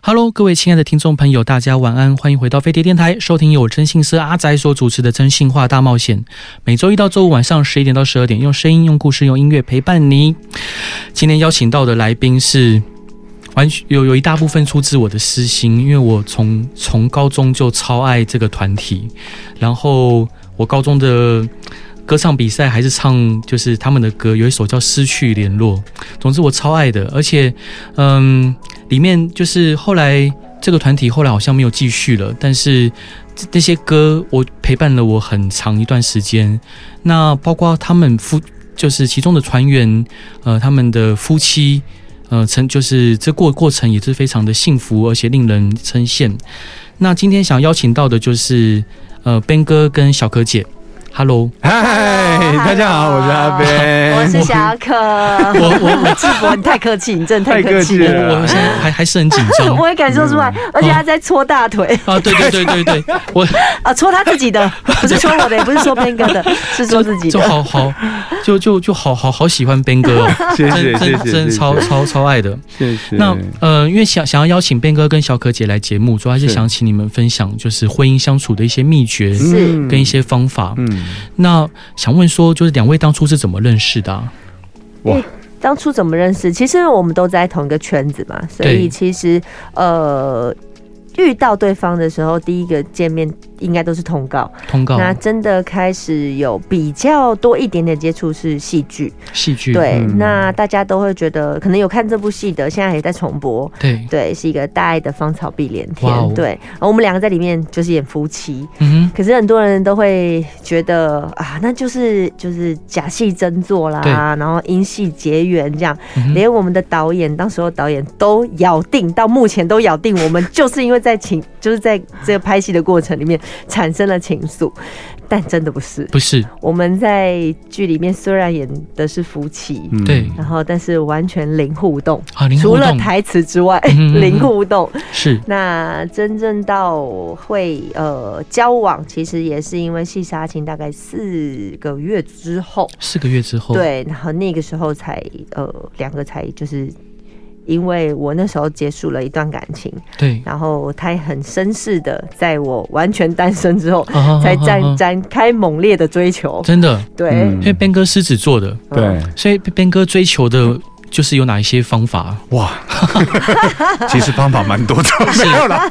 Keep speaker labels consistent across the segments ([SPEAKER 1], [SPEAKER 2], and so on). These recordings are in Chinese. [SPEAKER 1] Hello，各位亲爱的听众朋友，大家晚安，欢迎回到飞碟电台，收听由我真心社阿仔所主持的《真心话大冒险》，每周一到周五晚上十一点到十二点，用声音、用故事、用音乐陪伴你。今天邀请到的来宾是。完全有有一大部分出自我的私心，因为我从从高中就超爱这个团体，然后我高中的歌唱比赛还是唱就是他们的歌，有一首叫《失去联络》，总之我超爱的，而且嗯，里面就是后来这个团体后来好像没有继续了，但是这那些歌我陪伴了我很长一段时间，那包括他们夫就是其中的船员，呃，他们的夫妻。呃，成就是这过过程也是非常的幸福，而且令人呃称羡。那今天想邀请到的就是呃边哥跟小可姐，Hello，
[SPEAKER 2] 嗨，大家好，我是阿边，
[SPEAKER 3] 我是小可。
[SPEAKER 1] 我我
[SPEAKER 3] 志博，你太客气，你真的太客气
[SPEAKER 1] 我
[SPEAKER 2] 太客
[SPEAKER 3] 了。
[SPEAKER 1] 我现在还还是很紧张
[SPEAKER 3] 我也感受出来，而且他在搓大腿
[SPEAKER 1] 啊，对对对对对，我
[SPEAKER 3] 啊，搓他自己的，不是搓我的，也不是搓 Ben 哥的， 是搓自己
[SPEAKER 1] 就
[SPEAKER 3] 的。
[SPEAKER 1] 好好就就就好好好喜欢边哥哦，
[SPEAKER 2] 谢
[SPEAKER 1] 真
[SPEAKER 2] 谢谢
[SPEAKER 1] 真
[SPEAKER 2] 谢，
[SPEAKER 1] 真超超超爱的。
[SPEAKER 2] 谢谢。
[SPEAKER 1] 那呃，因为想想要邀请边哥跟小可姐来节目，主要是
[SPEAKER 2] 是
[SPEAKER 1] 想请你们分享就是婚姻相处的一些秘诀
[SPEAKER 3] 是
[SPEAKER 1] 跟一些方法。
[SPEAKER 2] 嗯，
[SPEAKER 1] 那想问说，就是两位当初是怎么认识的、啊？
[SPEAKER 3] 当初怎么认识？其实我们都在同一个圈子嘛，所
[SPEAKER 1] 对
[SPEAKER 3] 以其实呃。遇到对方的时候，第一个见面应该都是通告。
[SPEAKER 1] 通告、
[SPEAKER 3] 那真的开始有比较多一点点接触是戏剧，
[SPEAKER 1] 戏剧，
[SPEAKER 3] 对，
[SPEAKER 2] 嗯
[SPEAKER 3] 那大家都会觉得可能有看这部戏的，现在也在重播，
[SPEAKER 1] 对，
[SPEAKER 3] 对，是一个大爱的芳草碧连天。
[SPEAKER 1] 哇哦
[SPEAKER 3] 对，然后我们两个在里面就是演夫妻，
[SPEAKER 1] 嗯
[SPEAKER 3] 可是很多人都会觉得啊，那就是就是假戏真做
[SPEAKER 1] 对
[SPEAKER 3] 啦，然后因戏结缘这样。
[SPEAKER 1] 哼，嗯哼
[SPEAKER 3] 连我们的导演，当时候导演都咬定，到目前都咬定，我们就是因为在情，就是在这个拍戏的过程里面产生了情愫，但真的不是。
[SPEAKER 1] 不是，
[SPEAKER 3] 我们在剧里面虽然演的是夫妻，
[SPEAKER 2] 嗯
[SPEAKER 1] 对
[SPEAKER 3] 然后但是完全零互动，
[SPEAKER 1] 啊，灵
[SPEAKER 3] 除
[SPEAKER 1] 活
[SPEAKER 3] 了
[SPEAKER 1] 动
[SPEAKER 3] 台词之外，
[SPEAKER 1] 嗯嗯嗯
[SPEAKER 3] 零互动。
[SPEAKER 1] 是
[SPEAKER 3] 那真正到会呃交往，其实也是因为戏杀青大概四个月之后，
[SPEAKER 1] 四个月之后，，
[SPEAKER 3] 对，然后那个时候才呃两个才就是。因为我那时候结束了一段感情，
[SPEAKER 1] 对，
[SPEAKER 3] 然后他也很绅士的，在我完全单身之后，
[SPEAKER 1] 啊
[SPEAKER 3] 才
[SPEAKER 1] 啊啊
[SPEAKER 3] 展
[SPEAKER 1] 啊
[SPEAKER 3] 展开猛烈的追求。
[SPEAKER 1] 真的，
[SPEAKER 3] 对，
[SPEAKER 2] 嗯
[SPEAKER 1] 因为边哥狮子座的，
[SPEAKER 2] 对，
[SPEAKER 1] 所以边哥追求的就是有哪一些方法？
[SPEAKER 2] 哇，其实方法蛮多的，没有 啦。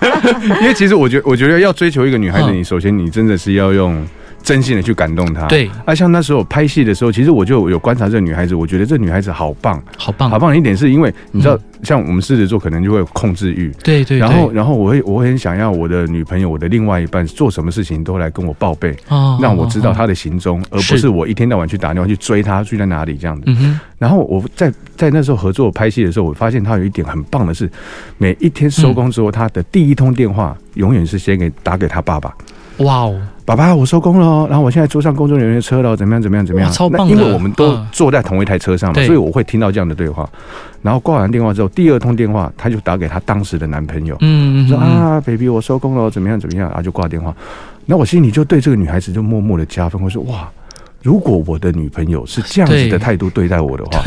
[SPEAKER 2] 因为其实我觉我觉得要追求一个女孩子，
[SPEAKER 1] 嗯
[SPEAKER 2] 你首先你真的是要用真心的去感动她。。
[SPEAKER 1] 对，
[SPEAKER 2] 啊，像那时候拍戏的时候，其实我就有观察这个女孩子，我觉得这女孩子好棒，
[SPEAKER 1] 好棒，
[SPEAKER 2] 好棒的一点是因为你知道
[SPEAKER 1] 嗯，
[SPEAKER 2] 像我们狮子座可能就会有控制欲，
[SPEAKER 1] 对对，
[SPEAKER 2] 然后
[SPEAKER 1] 对
[SPEAKER 2] 然后我会我会很想要我的女朋友，我的另外一半做什么事情都来跟我报备，
[SPEAKER 1] 啊
[SPEAKER 2] 让我知道，
[SPEAKER 1] 啊啊
[SPEAKER 2] 他的行踪，而不
[SPEAKER 1] 是
[SPEAKER 2] 是我一天到晚去打电话去追他去在哪里这样子。
[SPEAKER 1] 嗯哼，
[SPEAKER 2] 然后我在在那时候合作拍戏的时候，我发现他有一点很棒的是，每一天收工之后，他的第一通电话永远是先给打给他爸爸。
[SPEAKER 1] 哇哦，
[SPEAKER 2] 爸爸，我收工了哦，然后我现在坐上工作人员的车了哦，怎么样？怎么样？怎么样？
[SPEAKER 1] 哇超棒
[SPEAKER 2] 那因
[SPEAKER 1] 的
[SPEAKER 2] 为我们都
[SPEAKER 1] 嗯
[SPEAKER 2] 坐在同一台车上嘛，
[SPEAKER 1] 对
[SPEAKER 2] 所以我会听到这样的对话。然后挂完电话之后，第二通电话他就打给他当时的男朋友，
[SPEAKER 1] 嗯嗯
[SPEAKER 2] 说
[SPEAKER 1] 嗯，
[SPEAKER 2] 啊，baby，我收工了，怎么样怎么样，然后就挂电话。那我心里就对这个女孩子就默默的加分，会说哇，如果我的女朋友是这样子
[SPEAKER 1] 对
[SPEAKER 2] 的态度对待我的话，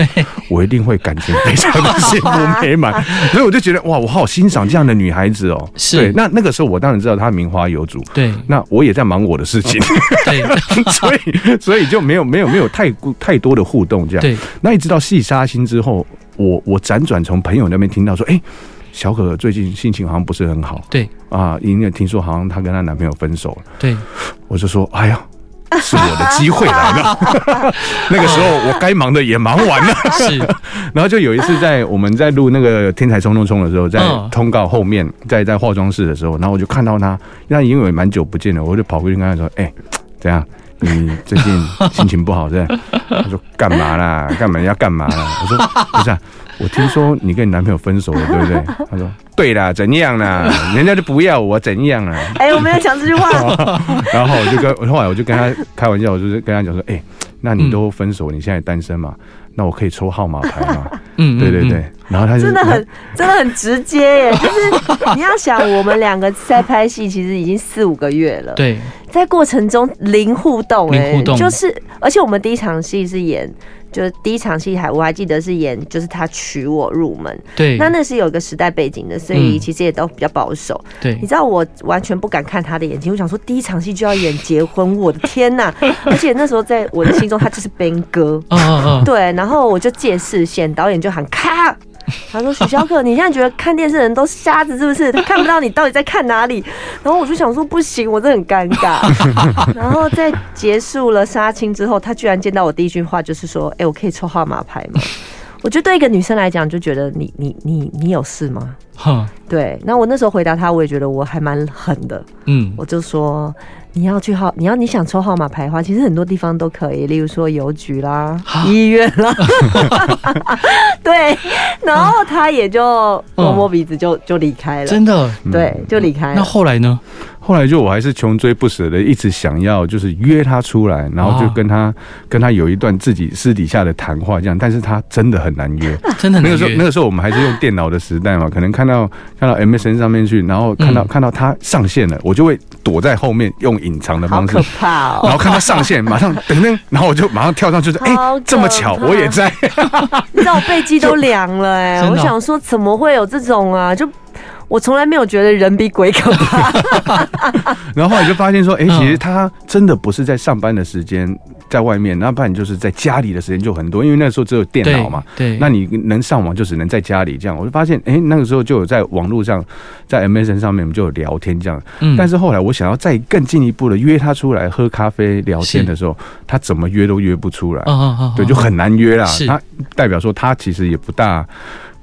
[SPEAKER 2] 我一定会感情非常的幸福 美满。所以我就觉得哇，我好欣赏这样的女孩子哦。
[SPEAKER 1] 是
[SPEAKER 2] 对，那那个时候我当然知道她名花有主。
[SPEAKER 1] 对
[SPEAKER 2] 那我也在忙我的事情，
[SPEAKER 1] 对
[SPEAKER 2] 所以所以就没有没有没有太过太多的互动这样。
[SPEAKER 1] 对，
[SPEAKER 2] 那一直到戏杀青之后，我我辗转从朋友那边听到说，哎、小可最近心情好像不是很好，
[SPEAKER 1] 对
[SPEAKER 2] 啊，因为听说好像她跟她男朋友分手了，
[SPEAKER 1] 对，
[SPEAKER 2] 我就说，哎呀。是我的机会来了，那个时候我该忙的也忙完了。
[SPEAKER 1] 是，
[SPEAKER 2] 然后就有一次在我们在录那个《天才冲冲冲》的时候，在
[SPEAKER 1] 嗯
[SPEAKER 2] 通告后面，在在化妆室的时候，然后我就看到她，那因为也蛮久不见了，我就跑过去跟她说：“哎、怎样？你最近心情不好是不是？”她说：“干嘛啦？干嘛要干嘛啦？”我说：“不是、啊，我听说你跟你男朋友分手了，对不对？”她说：“对啦，怎样啦？人家就不要我，怎样啊啦？”
[SPEAKER 3] 哎、我没有讲这句话，
[SPEAKER 2] 然后我就跟后来我就跟他开玩笑，我就是跟他讲说，哎、那你都分手，你现在单身嘛？那我可以抽号码牌嘛？
[SPEAKER 1] 嗯，嗯
[SPEAKER 2] 对对，
[SPEAKER 1] 嗯
[SPEAKER 2] 对。然后他就
[SPEAKER 3] 真的很真的很直接耶。就是你要想，我们两个在拍戏，其实已经四五个月了，
[SPEAKER 1] 对，
[SPEAKER 3] 在过程中零互动、哎，
[SPEAKER 1] 零互动
[SPEAKER 3] 就是而且我们第一场戏是演就是第一场戏还我还记得是演，就是他娶我入门，
[SPEAKER 1] 对，
[SPEAKER 3] 那那是有一个时代背景的，所以
[SPEAKER 1] 嗯
[SPEAKER 3] 其实也都比较保守。
[SPEAKER 1] 对
[SPEAKER 3] 你，知道我完全不敢看他的眼睛，我想说第一场戏就要演结婚，我的 天呐！而且那时候在我的心中，他就是兵哥。
[SPEAKER 1] 嗯嗯嗯，
[SPEAKER 3] 对，然后我就借视线，导演就喊咔。他说：“许肖克，你现在觉得看电视的人都瞎子是不是？他看不到你到底在看哪里。”然后我就想说：“不行，我真的很尴尬。”然后在结束了杀青之后，他居然见到我第一句话就是说：“哎、我可以抽号码牌吗？”我觉得对一个女生来讲，就觉得你你你你有事吗？
[SPEAKER 1] 哦 哼，
[SPEAKER 3] 对，那我那时候回答他，我也觉得我还蛮狠的，
[SPEAKER 1] 嗯，
[SPEAKER 3] 我就说你要去号，你要你想抽号码牌的话，其实很多地方都可以，例如说邮局啦、
[SPEAKER 1] 啊
[SPEAKER 3] 医院 啦，对，然后他也就摸摸鼻子就就离开了，
[SPEAKER 1] 嗯真的。嗯
[SPEAKER 3] 对，就离开
[SPEAKER 1] 那
[SPEAKER 3] 了。
[SPEAKER 1] 后来呢？
[SPEAKER 2] 后来就我还是穷追不舍的，一直想要就是约他出来，然后就跟他、
[SPEAKER 1] 啊
[SPEAKER 2] 跟他有一段自己私底下的谈话这样，但是他真的很难约。
[SPEAKER 1] 真的 很难
[SPEAKER 2] 那个时候
[SPEAKER 1] 约
[SPEAKER 2] 那个时候我们还是用电脑的时代嘛，可能看到看到 MSN 上面去，然后看到、
[SPEAKER 1] 嗯
[SPEAKER 2] 看到他上线了，我就会躲在后面用隐藏的
[SPEAKER 3] 好
[SPEAKER 2] 方式
[SPEAKER 3] 可，怕
[SPEAKER 2] 然
[SPEAKER 3] 哦！
[SPEAKER 2] 后看他上线，马上噔噔，然后我就马上跳上去说，哎、
[SPEAKER 3] 好可怕
[SPEAKER 2] 这么巧我也 在，
[SPEAKER 3] 你知道我背脊都凉了哎、
[SPEAKER 1] 真的哦
[SPEAKER 3] 我想说怎么会有这种啊？就我从来没有觉得人比鬼可怕。
[SPEAKER 2] 然后后来就发现说，哎、
[SPEAKER 1] 嗯
[SPEAKER 2] 其实他真的不是在上班的时间在外面，那不然就是在家里的时间就很多，因为那时候只有电脑嘛。
[SPEAKER 1] 对，对
[SPEAKER 2] 那你能上网就只能在家里这样，我就发现，哎、那个时候就有在网络上，在 MSN 上面我们就有聊天这样。
[SPEAKER 1] 嗯
[SPEAKER 2] 但是后来我想要再更进一步的约他出来喝咖啡聊天的时候，他怎么约都约不出来，
[SPEAKER 1] 啊啊啊，
[SPEAKER 2] 对，
[SPEAKER 1] 啊
[SPEAKER 2] 就很难约啦
[SPEAKER 1] 是。
[SPEAKER 2] 他代表说他其实也不大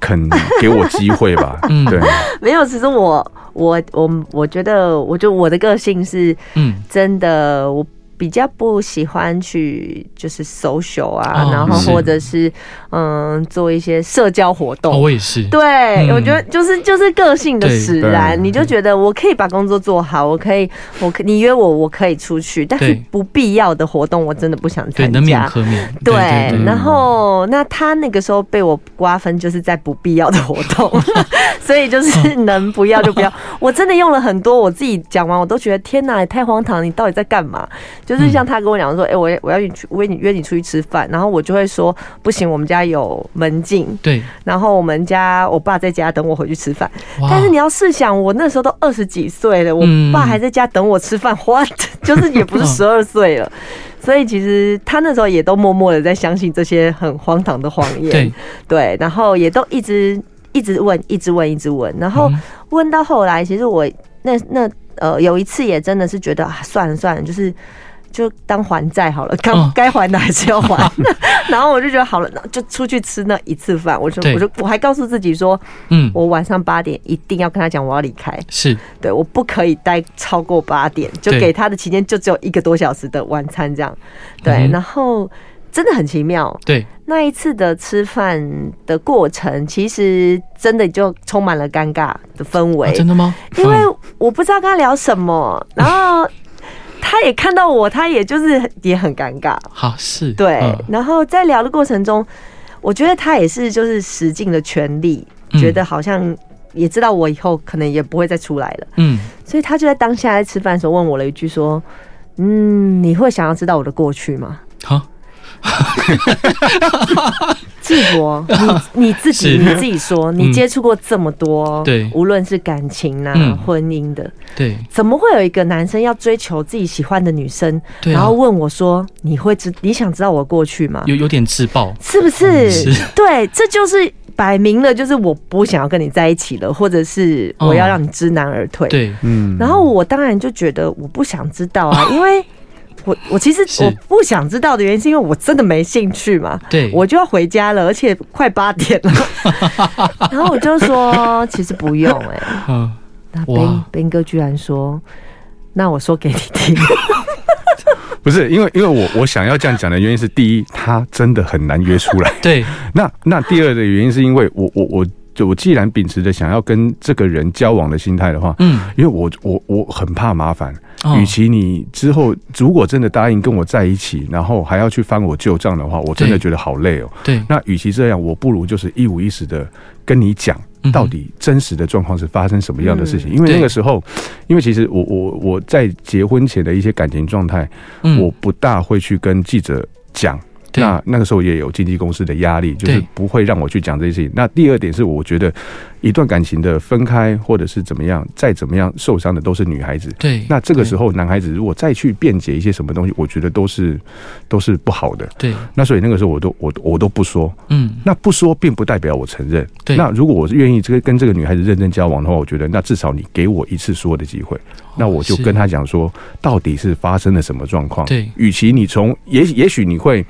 [SPEAKER 2] 肯给我机会吧
[SPEAKER 1] ，嗯
[SPEAKER 2] 对，
[SPEAKER 3] 没有，其实我我我我觉得，我就我的个性是
[SPEAKER 1] 嗯
[SPEAKER 3] 真的，我比较不喜欢去就是 social 啊，
[SPEAKER 1] 哦
[SPEAKER 3] 然后
[SPEAKER 1] 是
[SPEAKER 3] 或者是嗯做一些社交活
[SPEAKER 1] 哦，
[SPEAKER 3] 动。
[SPEAKER 1] 我也是，
[SPEAKER 3] 对，
[SPEAKER 1] 嗯
[SPEAKER 3] 我觉得就是就是个性的
[SPEAKER 1] 对
[SPEAKER 3] 使
[SPEAKER 2] 对
[SPEAKER 3] 然，你就觉得我可以把工作做好，我可以，我可你约我，我可以出去，但是
[SPEAKER 1] 对
[SPEAKER 3] 不必要的活动我真的不想
[SPEAKER 1] 对，
[SPEAKER 3] 参
[SPEAKER 1] 能免
[SPEAKER 3] 加。
[SPEAKER 1] 可免，
[SPEAKER 3] 对，
[SPEAKER 1] 对
[SPEAKER 3] 然后那他那个时候被我瓜分，就是在不必要的活动， 所以就是能不要就 不要。我真的用了很多，我自己讲完我都觉得天哪，也太荒唐！你到底在干嘛？就是像他跟我讲
[SPEAKER 1] 嗯
[SPEAKER 3] 说，哎、我我要你去约你约你出去吃饭，然后我就会说不行，我们家有门禁，
[SPEAKER 1] 对，
[SPEAKER 3] 然后我们家我爸在家等我回去吃饭。
[SPEAKER 1] 哇
[SPEAKER 3] 但是你要试想，我那时候都二十几岁了，我
[SPEAKER 1] 嗯哦
[SPEAKER 3] 爸还在家等我吃饭，what？就是 也不是十二岁了。所以其实他那时候也都默默的在相信这些很荒唐的谎言，
[SPEAKER 1] 对，
[SPEAKER 3] 对然后也都一直一直问，一直问，一直问，然后
[SPEAKER 1] 嗯
[SPEAKER 3] 问到后来，其实我那那呃有一次也真的是觉得啊，算了算了，就是就当还债好了，该
[SPEAKER 1] 嗯
[SPEAKER 3] 该还的还是要 还。然后我就觉得好了，那就出去吃那一次饭，我就
[SPEAKER 1] 对
[SPEAKER 3] 我就我还告诉自己说，
[SPEAKER 1] 嗯，
[SPEAKER 3] 我晚上八点一定要跟他讲我要离开，
[SPEAKER 1] 是
[SPEAKER 3] 对我不可以待超过八点，就
[SPEAKER 1] 对
[SPEAKER 3] 给他的期间就只有一个多小时的晚餐这样。对，
[SPEAKER 1] 嗯哼
[SPEAKER 3] 然后真的很奇妙，
[SPEAKER 1] 对，啊
[SPEAKER 3] 那一次的吃饭的过程，其实真的就充满了尴尬的氛围，
[SPEAKER 1] 啊真的吗？
[SPEAKER 3] 因为
[SPEAKER 1] 嗯
[SPEAKER 3] 我不知道跟他聊什么，然后他也看到我，他也就是也很尴尬。
[SPEAKER 1] 好是，
[SPEAKER 3] 对，
[SPEAKER 1] 嗯
[SPEAKER 3] 然后在聊的过程中，我觉得他也是就是使尽了全力，
[SPEAKER 1] 嗯
[SPEAKER 3] 觉得好像也知道我以后可能也不会再出来了，
[SPEAKER 1] 嗯，
[SPEAKER 3] 所以他就在当下在吃饭的时候问我了一句说：“嗯，你会想要知道我的过去吗
[SPEAKER 1] 好，？”
[SPEAKER 3] 智 博，你你自己
[SPEAKER 1] 是嗯
[SPEAKER 3] 你自己说，你接触过这么多，
[SPEAKER 1] 对
[SPEAKER 3] 无论是感情啊、
[SPEAKER 1] 嗯
[SPEAKER 3] 婚姻的，
[SPEAKER 1] 对
[SPEAKER 3] 怎么会有一个男生要追求自己喜欢的女生，
[SPEAKER 1] 对
[SPEAKER 3] 然
[SPEAKER 1] 啊
[SPEAKER 3] 后，问我说：“你会知你想知道我的过去吗？”
[SPEAKER 1] 有有点自爆，
[SPEAKER 3] 是不是？
[SPEAKER 1] 嗯是
[SPEAKER 3] 对，这就是摆明了，就是我不想要跟你在一起了，或者是我要让你知难而退。，
[SPEAKER 1] 嗯对，
[SPEAKER 2] 嗯
[SPEAKER 3] 然后我当然就觉得我不想知 道啊，因为我我其实
[SPEAKER 1] 是
[SPEAKER 3] 我不想知道的原因是因为我真的没兴趣嘛。
[SPEAKER 1] 对，
[SPEAKER 3] 我就要回家了，而且快八点 了。然后我就说，其实不用哎、
[SPEAKER 1] 嗯，
[SPEAKER 3] 那
[SPEAKER 1] 哇
[SPEAKER 3] 边边哥居然说，那我说给你听。
[SPEAKER 2] 不是因为因为我我想要这样讲的原因是，第一，他真的很难约出来。
[SPEAKER 1] 对，
[SPEAKER 2] 那那第二的原因是因为我我我就我既然秉持着想要跟这个人交往的心态的话，
[SPEAKER 1] 嗯，
[SPEAKER 2] 因为我我我很怕麻烦，
[SPEAKER 1] 哦
[SPEAKER 2] 与其你之后如果真的答应跟我在一起，然后还要去翻我旧账的话，我真的
[SPEAKER 1] 对
[SPEAKER 2] 觉得好累哦。
[SPEAKER 1] 对，
[SPEAKER 2] 那与其这样，我不如就是一五一十的跟你讲
[SPEAKER 1] 嗯哼
[SPEAKER 2] 到底真实的状况是发生什么样的事情。
[SPEAKER 3] 嗯
[SPEAKER 2] 因为
[SPEAKER 1] 对
[SPEAKER 2] 那个时候，因为其实我我我在结婚前的一些感情状态，
[SPEAKER 1] 嗯
[SPEAKER 2] 我不大会去跟记者讲。
[SPEAKER 1] 对
[SPEAKER 2] 那那个时候也有经纪公司的压力，就是
[SPEAKER 1] 对
[SPEAKER 2] 不会让我去讲这些事情。那第二点是，我觉得一段感情的分开或者是怎么样，再怎么样受伤的都是女孩子。
[SPEAKER 1] 对，
[SPEAKER 2] 那这个时候，男孩子如果再去辩解一些什么东西，我觉得都是都是不好的。
[SPEAKER 1] 对，
[SPEAKER 2] 那所以那个时候，我都我我都不说。
[SPEAKER 1] 嗯，
[SPEAKER 2] 那不说，并不代表我承认。
[SPEAKER 1] 对，
[SPEAKER 2] 那如果我是愿意这个跟这个女孩子认真交往的话，我觉得那至少你给我一次说的机会，
[SPEAKER 1] 哦
[SPEAKER 2] 那我就跟她讲说，到底是发生了什么状况。
[SPEAKER 1] 对
[SPEAKER 2] 与其你从也也许你会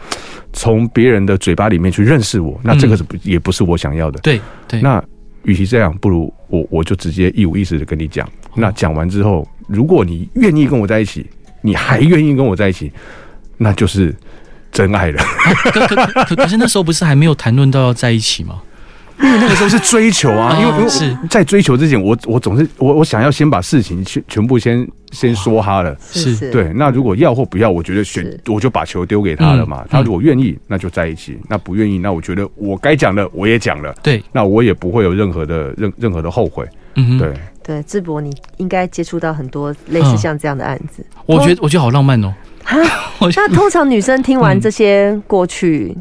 [SPEAKER 2] 从别人的嘴巴里面去认识我，那这个是不、也不是我想要的。
[SPEAKER 1] 对嗯对，
[SPEAKER 2] 那与其这样，不如我我就直接一五一十的跟你讲。
[SPEAKER 1] 哦
[SPEAKER 2] 那讲完之后，如果你愿意跟我在一起，你还愿意跟我在一起，那就是真爱了。
[SPEAKER 1] 可可可可可是那时候不是还没有谈论到要在一起吗？
[SPEAKER 2] 因为那个时候是追求 啊，
[SPEAKER 1] 哦
[SPEAKER 2] 因为因为
[SPEAKER 1] 是
[SPEAKER 2] 我在追求之前，我我总是我我想要先把事情全全部先先说哈了。
[SPEAKER 1] 是
[SPEAKER 3] 是，
[SPEAKER 2] 对，那如果要或不要，我觉得选
[SPEAKER 3] 是
[SPEAKER 2] 我就把球丢给他了嘛
[SPEAKER 1] 嗯。
[SPEAKER 2] 他如果愿意，那就在一起；那不愿意，那我觉得我该讲的我也讲了，
[SPEAKER 1] 对，
[SPEAKER 2] 那我也不会有任何的任任何的后悔。
[SPEAKER 1] 嗯哼，
[SPEAKER 2] 对，
[SPEAKER 3] 对，智博，你应该接触到很多类
[SPEAKER 1] 嗯
[SPEAKER 3] 似像这样的案子。
[SPEAKER 1] 我觉得我觉得好浪漫哦。
[SPEAKER 3] 啊 那通常女生听完这些
[SPEAKER 1] 嗯
[SPEAKER 3] 过去，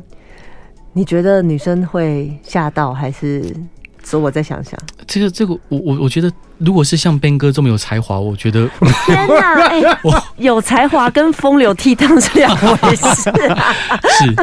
[SPEAKER 3] 你觉得女生会吓到，还是说我再想想？
[SPEAKER 1] 这个这个，我我我觉得，如果是像 Ben 哥这么有才华，我觉得
[SPEAKER 3] 天哪！哎、有才华跟风流倜傥是两回事、啊。
[SPEAKER 1] 是。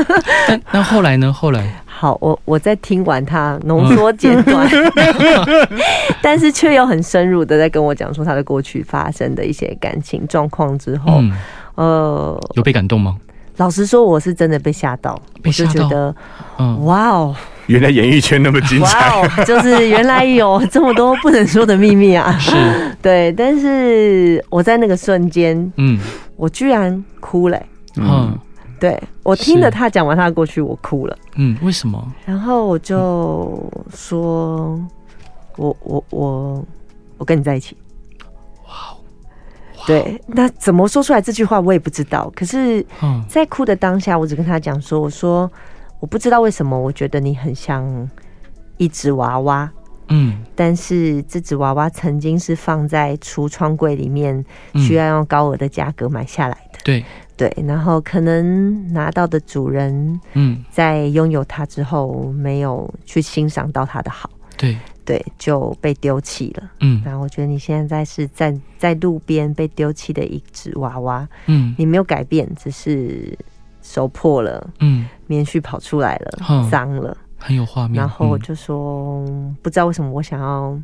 [SPEAKER 1] 但那后来呢？后来
[SPEAKER 3] 好，我我在听完他浓缩简短，
[SPEAKER 1] 嗯
[SPEAKER 3] 但是却又很深入的在跟我讲说他的过去发生的一些感情状况之
[SPEAKER 2] 哦
[SPEAKER 3] 后，
[SPEAKER 1] 嗯，
[SPEAKER 3] 呃，
[SPEAKER 1] 有被感动吗？
[SPEAKER 3] 老实说，我是真的被吓到，
[SPEAKER 1] 被吓到
[SPEAKER 3] 我就觉得
[SPEAKER 1] 嗯，！
[SPEAKER 3] 哇哦，
[SPEAKER 2] 原来演艺圈那么精彩。
[SPEAKER 3] 哇哦，就是原来有这么多不能说的秘密啊
[SPEAKER 1] 是，
[SPEAKER 3] 对，但是我在那个瞬间，
[SPEAKER 1] 嗯
[SPEAKER 3] 我居然哭了欸、
[SPEAKER 1] 嗯
[SPEAKER 3] 对我听
[SPEAKER 1] 是
[SPEAKER 3] 着他讲完他的过去，我哭了，
[SPEAKER 1] 嗯，为什么？
[SPEAKER 3] 然后我就说，我我我我跟你在一起。对，那怎么说出来这句话我也不知道。可是，
[SPEAKER 1] 嗯
[SPEAKER 3] 在哭的当下，我只跟他讲说：“我说我不知道为什么，我觉得你很像一只娃娃。”
[SPEAKER 1] 嗯
[SPEAKER 3] 但是这只娃娃曾经是放在橱窗柜里面，
[SPEAKER 1] 嗯，
[SPEAKER 3] 需要用高额的价格买下来的。
[SPEAKER 1] 对，
[SPEAKER 3] 对，然后可能拿到的主人
[SPEAKER 1] 嗯
[SPEAKER 3] 在拥有它之后，没有去欣赏到它的好，
[SPEAKER 1] 对，
[SPEAKER 3] 对，就被丢弃了。
[SPEAKER 1] 嗯
[SPEAKER 3] 那我觉得你现在是站在路边被丢弃的一只娃娃，
[SPEAKER 1] 嗯
[SPEAKER 3] 你没有改变，只是手破了，
[SPEAKER 1] 嗯，
[SPEAKER 3] 棉絮跑出来了
[SPEAKER 1] 哼，
[SPEAKER 3] 脏了。
[SPEAKER 1] 很有画面。
[SPEAKER 3] 然后我
[SPEAKER 1] 嗯
[SPEAKER 3] 就说、不知道为什么我想要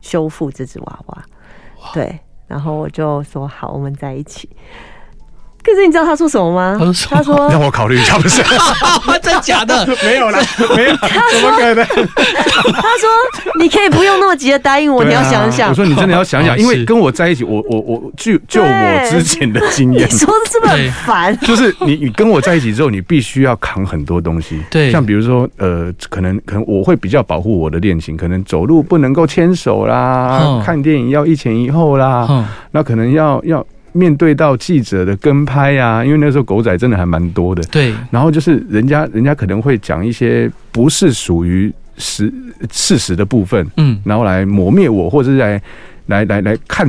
[SPEAKER 3] 修复这只娃娃，对，然后我就说好，我们在一起。可是你知道他说什么吗
[SPEAKER 1] 他？说什么
[SPEAKER 3] 他说
[SPEAKER 2] 让我考虑一下，不 是
[SPEAKER 1] 啊， 真假的？
[SPEAKER 2] 没有啦，没有，怎么可能？
[SPEAKER 3] 他说你可以不用那么急的答应我，你
[SPEAKER 2] 对啊
[SPEAKER 3] 要想想
[SPEAKER 2] 我。说你真的要想
[SPEAKER 1] 哦
[SPEAKER 2] 想，因
[SPEAKER 1] 是
[SPEAKER 2] 为跟我在一起，我我我就就我之前的经
[SPEAKER 3] 你
[SPEAKER 2] 验，
[SPEAKER 3] 说是不是很烦？
[SPEAKER 2] 就是你你跟我在一起之后，你必须要扛很多东西。
[SPEAKER 1] 对
[SPEAKER 2] 像比如说，呃，可能可能我会比较保护我的恋情，可能走路不能够牵手啦，
[SPEAKER 1] 嗯
[SPEAKER 2] 看电影要一前一后
[SPEAKER 3] 啊
[SPEAKER 2] 啦，
[SPEAKER 1] 嗯，
[SPEAKER 2] 那可能要要面对到记者的跟拍呀、因为那时候狗仔真的还蛮多的。
[SPEAKER 1] 对，
[SPEAKER 2] 然后就是人家人家可能会讲一些不是属于实事实的部分，
[SPEAKER 1] 嗯
[SPEAKER 2] 然后来磨灭我，或者是来来来来看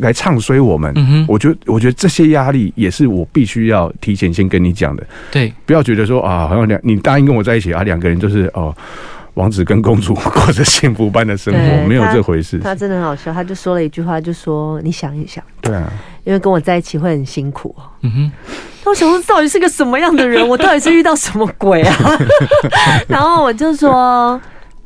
[SPEAKER 2] 来唱衰我们。
[SPEAKER 1] 嗯哼，
[SPEAKER 2] 我觉得，我觉得这些压力也是我必须要提前先跟你讲的，
[SPEAKER 1] 对，
[SPEAKER 2] 不要觉得说啊，好像两你答应跟我在一起啊，两个人就是哦，王子跟公主 过着幸福般的生活，
[SPEAKER 3] 对
[SPEAKER 2] 没有这回事。
[SPEAKER 3] 他真的很好笑，他就说了一句话，就说你想一想，
[SPEAKER 2] 对啊，
[SPEAKER 3] 因为跟我在一起会很辛苦哦。
[SPEAKER 1] 嗯哼，
[SPEAKER 3] 那我想说，到底是个什么样的人？我到底是遇到什么鬼啊？然后我就说，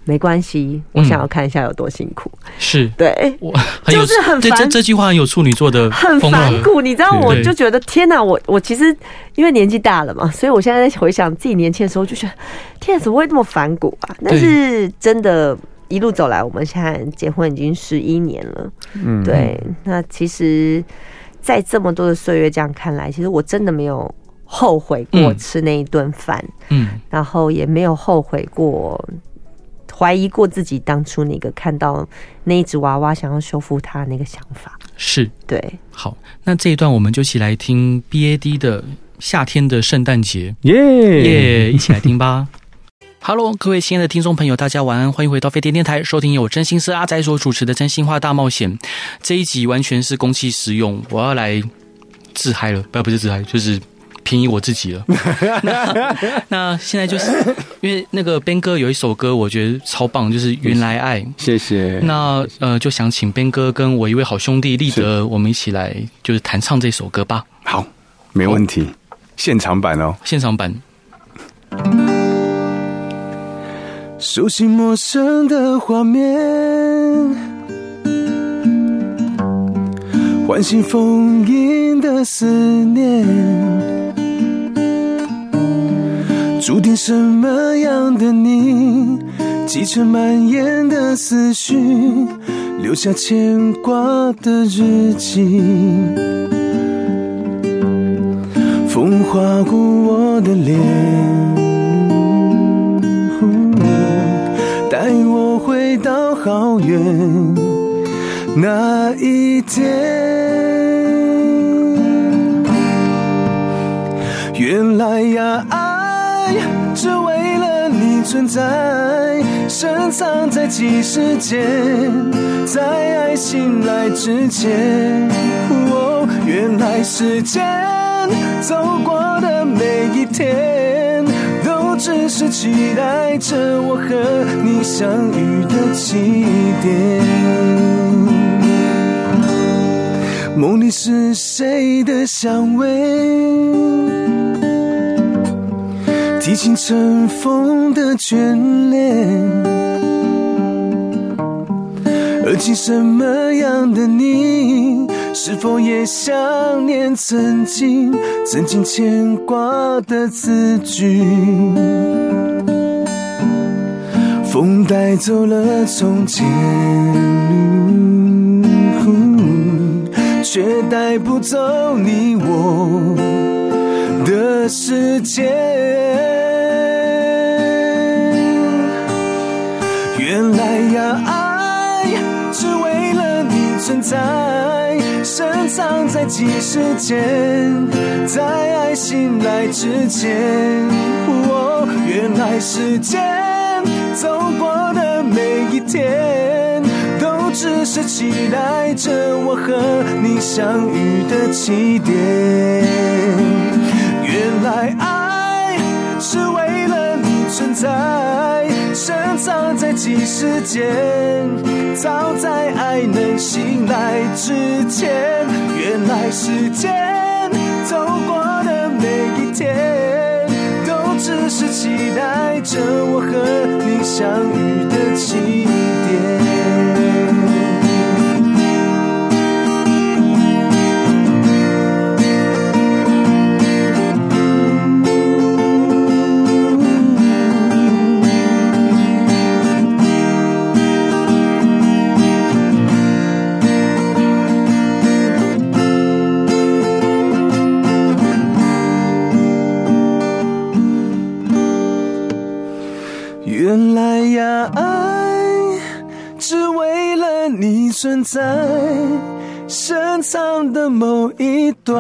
[SPEAKER 3] 没关系，我想要看一下有多辛苦。
[SPEAKER 1] 是
[SPEAKER 3] 对，
[SPEAKER 1] 我很有
[SPEAKER 3] 就是很
[SPEAKER 1] 这这
[SPEAKER 3] 反
[SPEAKER 1] 这句话很有处女座的
[SPEAKER 3] 很
[SPEAKER 1] 风
[SPEAKER 3] 反
[SPEAKER 1] 格，
[SPEAKER 3] 骨，你知道，
[SPEAKER 2] 呃对
[SPEAKER 3] 我就觉得天哪，我我其实因为年纪大了嘛，所以我现在在回想自己年轻的时候，就觉得天哪，啊怎么会这么反骨啊？但是真的。一路走来，我们现在结婚已经十一年了。
[SPEAKER 2] 嗯，
[SPEAKER 3] 对，那其实，在这么多的岁月这样看来，其实我真的没有后悔过
[SPEAKER 1] 嗯
[SPEAKER 3] 吃那一顿饭。
[SPEAKER 1] 嗯
[SPEAKER 3] 然后也没有后悔过，怀疑过自己当初那个看到那一只娃娃想要修复它那个想法。
[SPEAKER 1] 是。
[SPEAKER 3] 对，
[SPEAKER 1] 好，那这一段我们就一起来听 BAD 的夏天的圣诞节，
[SPEAKER 2] 耶，
[SPEAKER 1] 耶、一起来听吧。Hello，各位亲爱的听众朋友，大家晚安，欢迎回到飞碟电台，收听由真心是阿仔所主持的《真心话大冒险》。这一集完全是公器私用，我要来自嗨了，不，不是自嗨，就是便宜我自 己了。那那现在就是因为那个边哥有一首歌，我觉得超棒，就是《原来爱》。
[SPEAKER 2] 谢谢。
[SPEAKER 1] 那呃，就想请边哥跟我一位好兄弟立德，我们一起来就是弹唱这首歌吧，
[SPEAKER 4] 好，没问题，现场版哦。
[SPEAKER 1] 现场版。
[SPEAKER 4] 熟悉陌生的画面，唤醒封印的思念，注定什么样的你，积成满眼的思绪，留下牵挂的日记。风划过我的脸，
[SPEAKER 2] 嗯
[SPEAKER 4] 带我回到好远那一天。原来呀，爱只为了你存在，深藏在几世间，在爱醒来之前。哦，原来时间走过的每一天，都只是期待着我和你相遇的起点。梦里是谁的香味？提琴尘封的眷恋，耳机什么样的你，是否也想念曾经曾经牵挂的字句？风带走了从前，却带不走你我。的世界。原来呀，爱只为了你存在，深藏在几世间，在爱醒来之前。哦，原来时间走过的每一天，都只是期待着我和你相遇的起点。原来爱是为了你存在，深藏在几世间，早在爱能醒来之前。原来时间走过的每一天，都只是期待着我和你相遇的起点。原来呀，爱只为了你存在，深藏的某一段，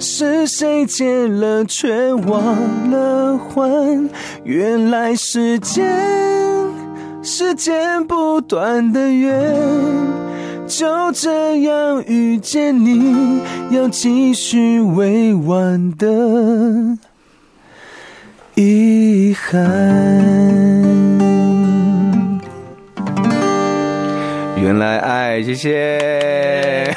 [SPEAKER 4] 是谁借了却忘了还？原来时间是剪不断的缘。就这样遇见你，要继续委婉的遗憾。
[SPEAKER 2] 原来爱，谢谢。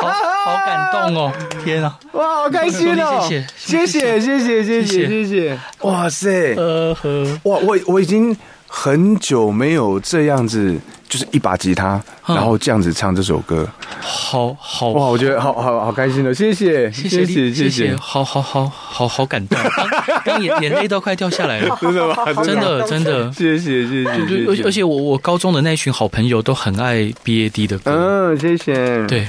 [SPEAKER 1] 好好感动 哦！天啊，
[SPEAKER 2] 哇，好开心哦！
[SPEAKER 1] 谢谢
[SPEAKER 2] 谢谢，谢谢，谢
[SPEAKER 1] 谢谢
[SPEAKER 2] 谢，谢谢。
[SPEAKER 4] 哇塞！
[SPEAKER 1] 呃呵，
[SPEAKER 4] 哇，我我已经很久没有这样子，就是一把吉他，
[SPEAKER 1] 嗯
[SPEAKER 4] 然后这样子唱这首歌。
[SPEAKER 1] 好好
[SPEAKER 2] 哇，我觉得好好好开心哦！谢谢，
[SPEAKER 1] 谢谢
[SPEAKER 2] 谢
[SPEAKER 1] 丽谢
[SPEAKER 2] 谢
[SPEAKER 1] 谢，，好好好好好感动，刚刚眼眼泪都快掉下来了，
[SPEAKER 2] 真的吗？
[SPEAKER 1] 真的真的。
[SPEAKER 2] 谢谢，谢谢，
[SPEAKER 1] 就
[SPEAKER 2] 谢
[SPEAKER 1] 而
[SPEAKER 2] 谢
[SPEAKER 1] 而且我我高中的那一群好朋友都很爱 B A D 的歌，
[SPEAKER 2] 嗯，谢谢。，
[SPEAKER 1] 对，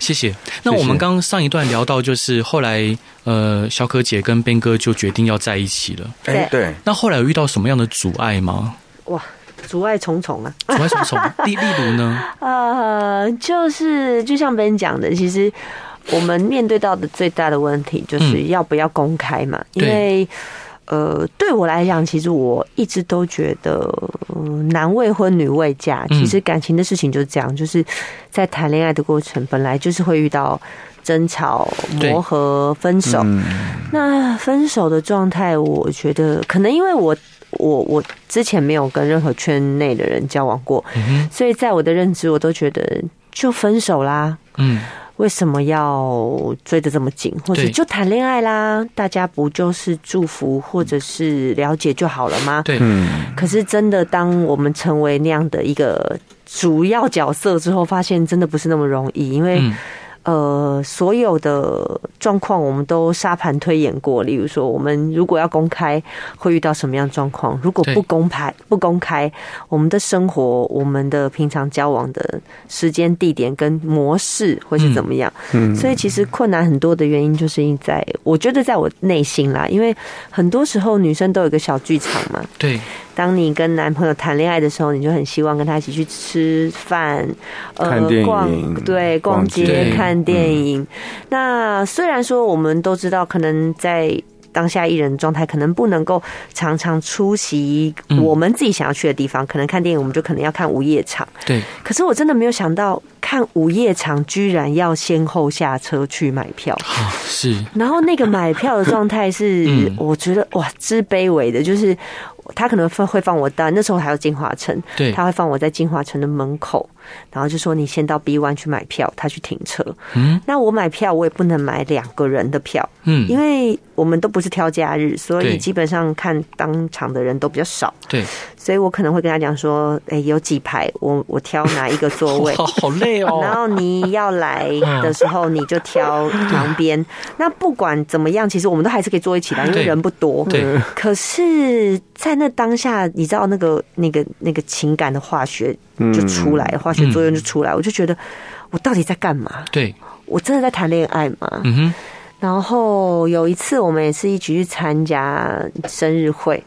[SPEAKER 1] 谢谢。那我们刚刚上一段聊到，就是后来呃，小可姐跟边哥就决定要在一起了。
[SPEAKER 3] 对
[SPEAKER 4] 哎对，
[SPEAKER 1] 那后来有遇到什么样的阻碍吗？
[SPEAKER 3] 哇，阻碍重重啊！
[SPEAKER 1] 阻碍什么什么？例例如呢？
[SPEAKER 3] 呃，就是就像别人讲的，其实我们面对到的最大的问题就是要不要公开嘛，
[SPEAKER 1] 对
[SPEAKER 3] 因为。呃，对我来讲，其实我一直都觉得，呃男未婚女未嫁，
[SPEAKER 1] 嗯
[SPEAKER 3] 其实感情的事情就是这样，就是在谈恋爱的过程，本来就是会遇到争吵、
[SPEAKER 1] 对
[SPEAKER 3] 磨合、分手。
[SPEAKER 4] 嗯，
[SPEAKER 3] 那分手的状态，我觉得可能因为我我我之前没有跟任何圈内的人交往过，
[SPEAKER 1] 嗯
[SPEAKER 3] 所以在我的认知，我都觉得就分手啦。
[SPEAKER 1] 嗯，
[SPEAKER 3] 为什么要追得这么紧，或者
[SPEAKER 1] 对
[SPEAKER 3] 就谈恋爱啦？大家不就是祝福或者是了解就好了吗？
[SPEAKER 1] 对，
[SPEAKER 4] 嗯，
[SPEAKER 3] 可是真的，当我们成为那样的一个主要角色之后，发现真的不是那么容易，因为、
[SPEAKER 1] 嗯
[SPEAKER 3] 呃，所有的状况我们都沙盘推演过。例如说，我们如果要公开，会遇到什么样的状况？如果
[SPEAKER 1] 对
[SPEAKER 3] 不公开，不公开，我们的生活、我们的平常交往的时间、地点跟模式会是怎么样？
[SPEAKER 2] 嗯
[SPEAKER 3] 所以其实困难很多的原因，就是因在我觉得在我内心啦，因为很多时候女生都有一个小剧场嘛。
[SPEAKER 1] 对，
[SPEAKER 3] 当你跟男朋友谈恋爱的时候，你就很希望跟他一起去吃饭，呃
[SPEAKER 2] 看电影
[SPEAKER 3] 逛对，
[SPEAKER 2] 逛嗯
[SPEAKER 3] 逛
[SPEAKER 1] 街
[SPEAKER 3] 街、
[SPEAKER 1] 对
[SPEAKER 3] 看电影。那虽然说我们都知道，可能在当下艺人状态，可能不能够常常出席
[SPEAKER 1] 嗯
[SPEAKER 3] 我们自己想要去的地方，可能看电影我们就可能要看午夜场。
[SPEAKER 1] 对，
[SPEAKER 3] 可是我真的没有想到，看午夜场居然要先后下车去买票。
[SPEAKER 1] 好是，
[SPEAKER 3] 然后那个买票的状态是，
[SPEAKER 1] 嗯
[SPEAKER 3] 我觉得哇，之卑微的，就是他可能放会放我到那时候还有金华城，
[SPEAKER 1] 对，
[SPEAKER 3] 他会放我在金华城的门口，然后就说你先到 B 湾去买票，他去停车。
[SPEAKER 1] 嗯
[SPEAKER 3] 那我买票我也不能买两个人的票，
[SPEAKER 1] 嗯，
[SPEAKER 3] 因
[SPEAKER 1] 为
[SPEAKER 3] 为我们都不是挑假日，所
[SPEAKER 1] 对
[SPEAKER 3] 以基本上看当场的人都比较少，
[SPEAKER 1] 对，
[SPEAKER 3] 所以我可能会跟他讲说，哎、有几排，我我挑哪一个座位
[SPEAKER 1] 哇，。好累
[SPEAKER 3] 然
[SPEAKER 1] 哦，
[SPEAKER 3] 后你要来的时候，你就挑旁边。那不管怎么样，其实我们都还是可以坐一起的，因为
[SPEAKER 1] 嗯对
[SPEAKER 3] 人不多。
[SPEAKER 1] 对，
[SPEAKER 3] 可是，在那当下，你知道那个、那个、那个情感的化学
[SPEAKER 1] 嗯
[SPEAKER 3] 就出来，化学作用就出来。我就觉得，我到底在干嘛？
[SPEAKER 1] 对，
[SPEAKER 3] 我真的在谈恋爱吗？
[SPEAKER 1] 嗯哼，
[SPEAKER 3] 然后有一次，我们也是一起去参加生日会，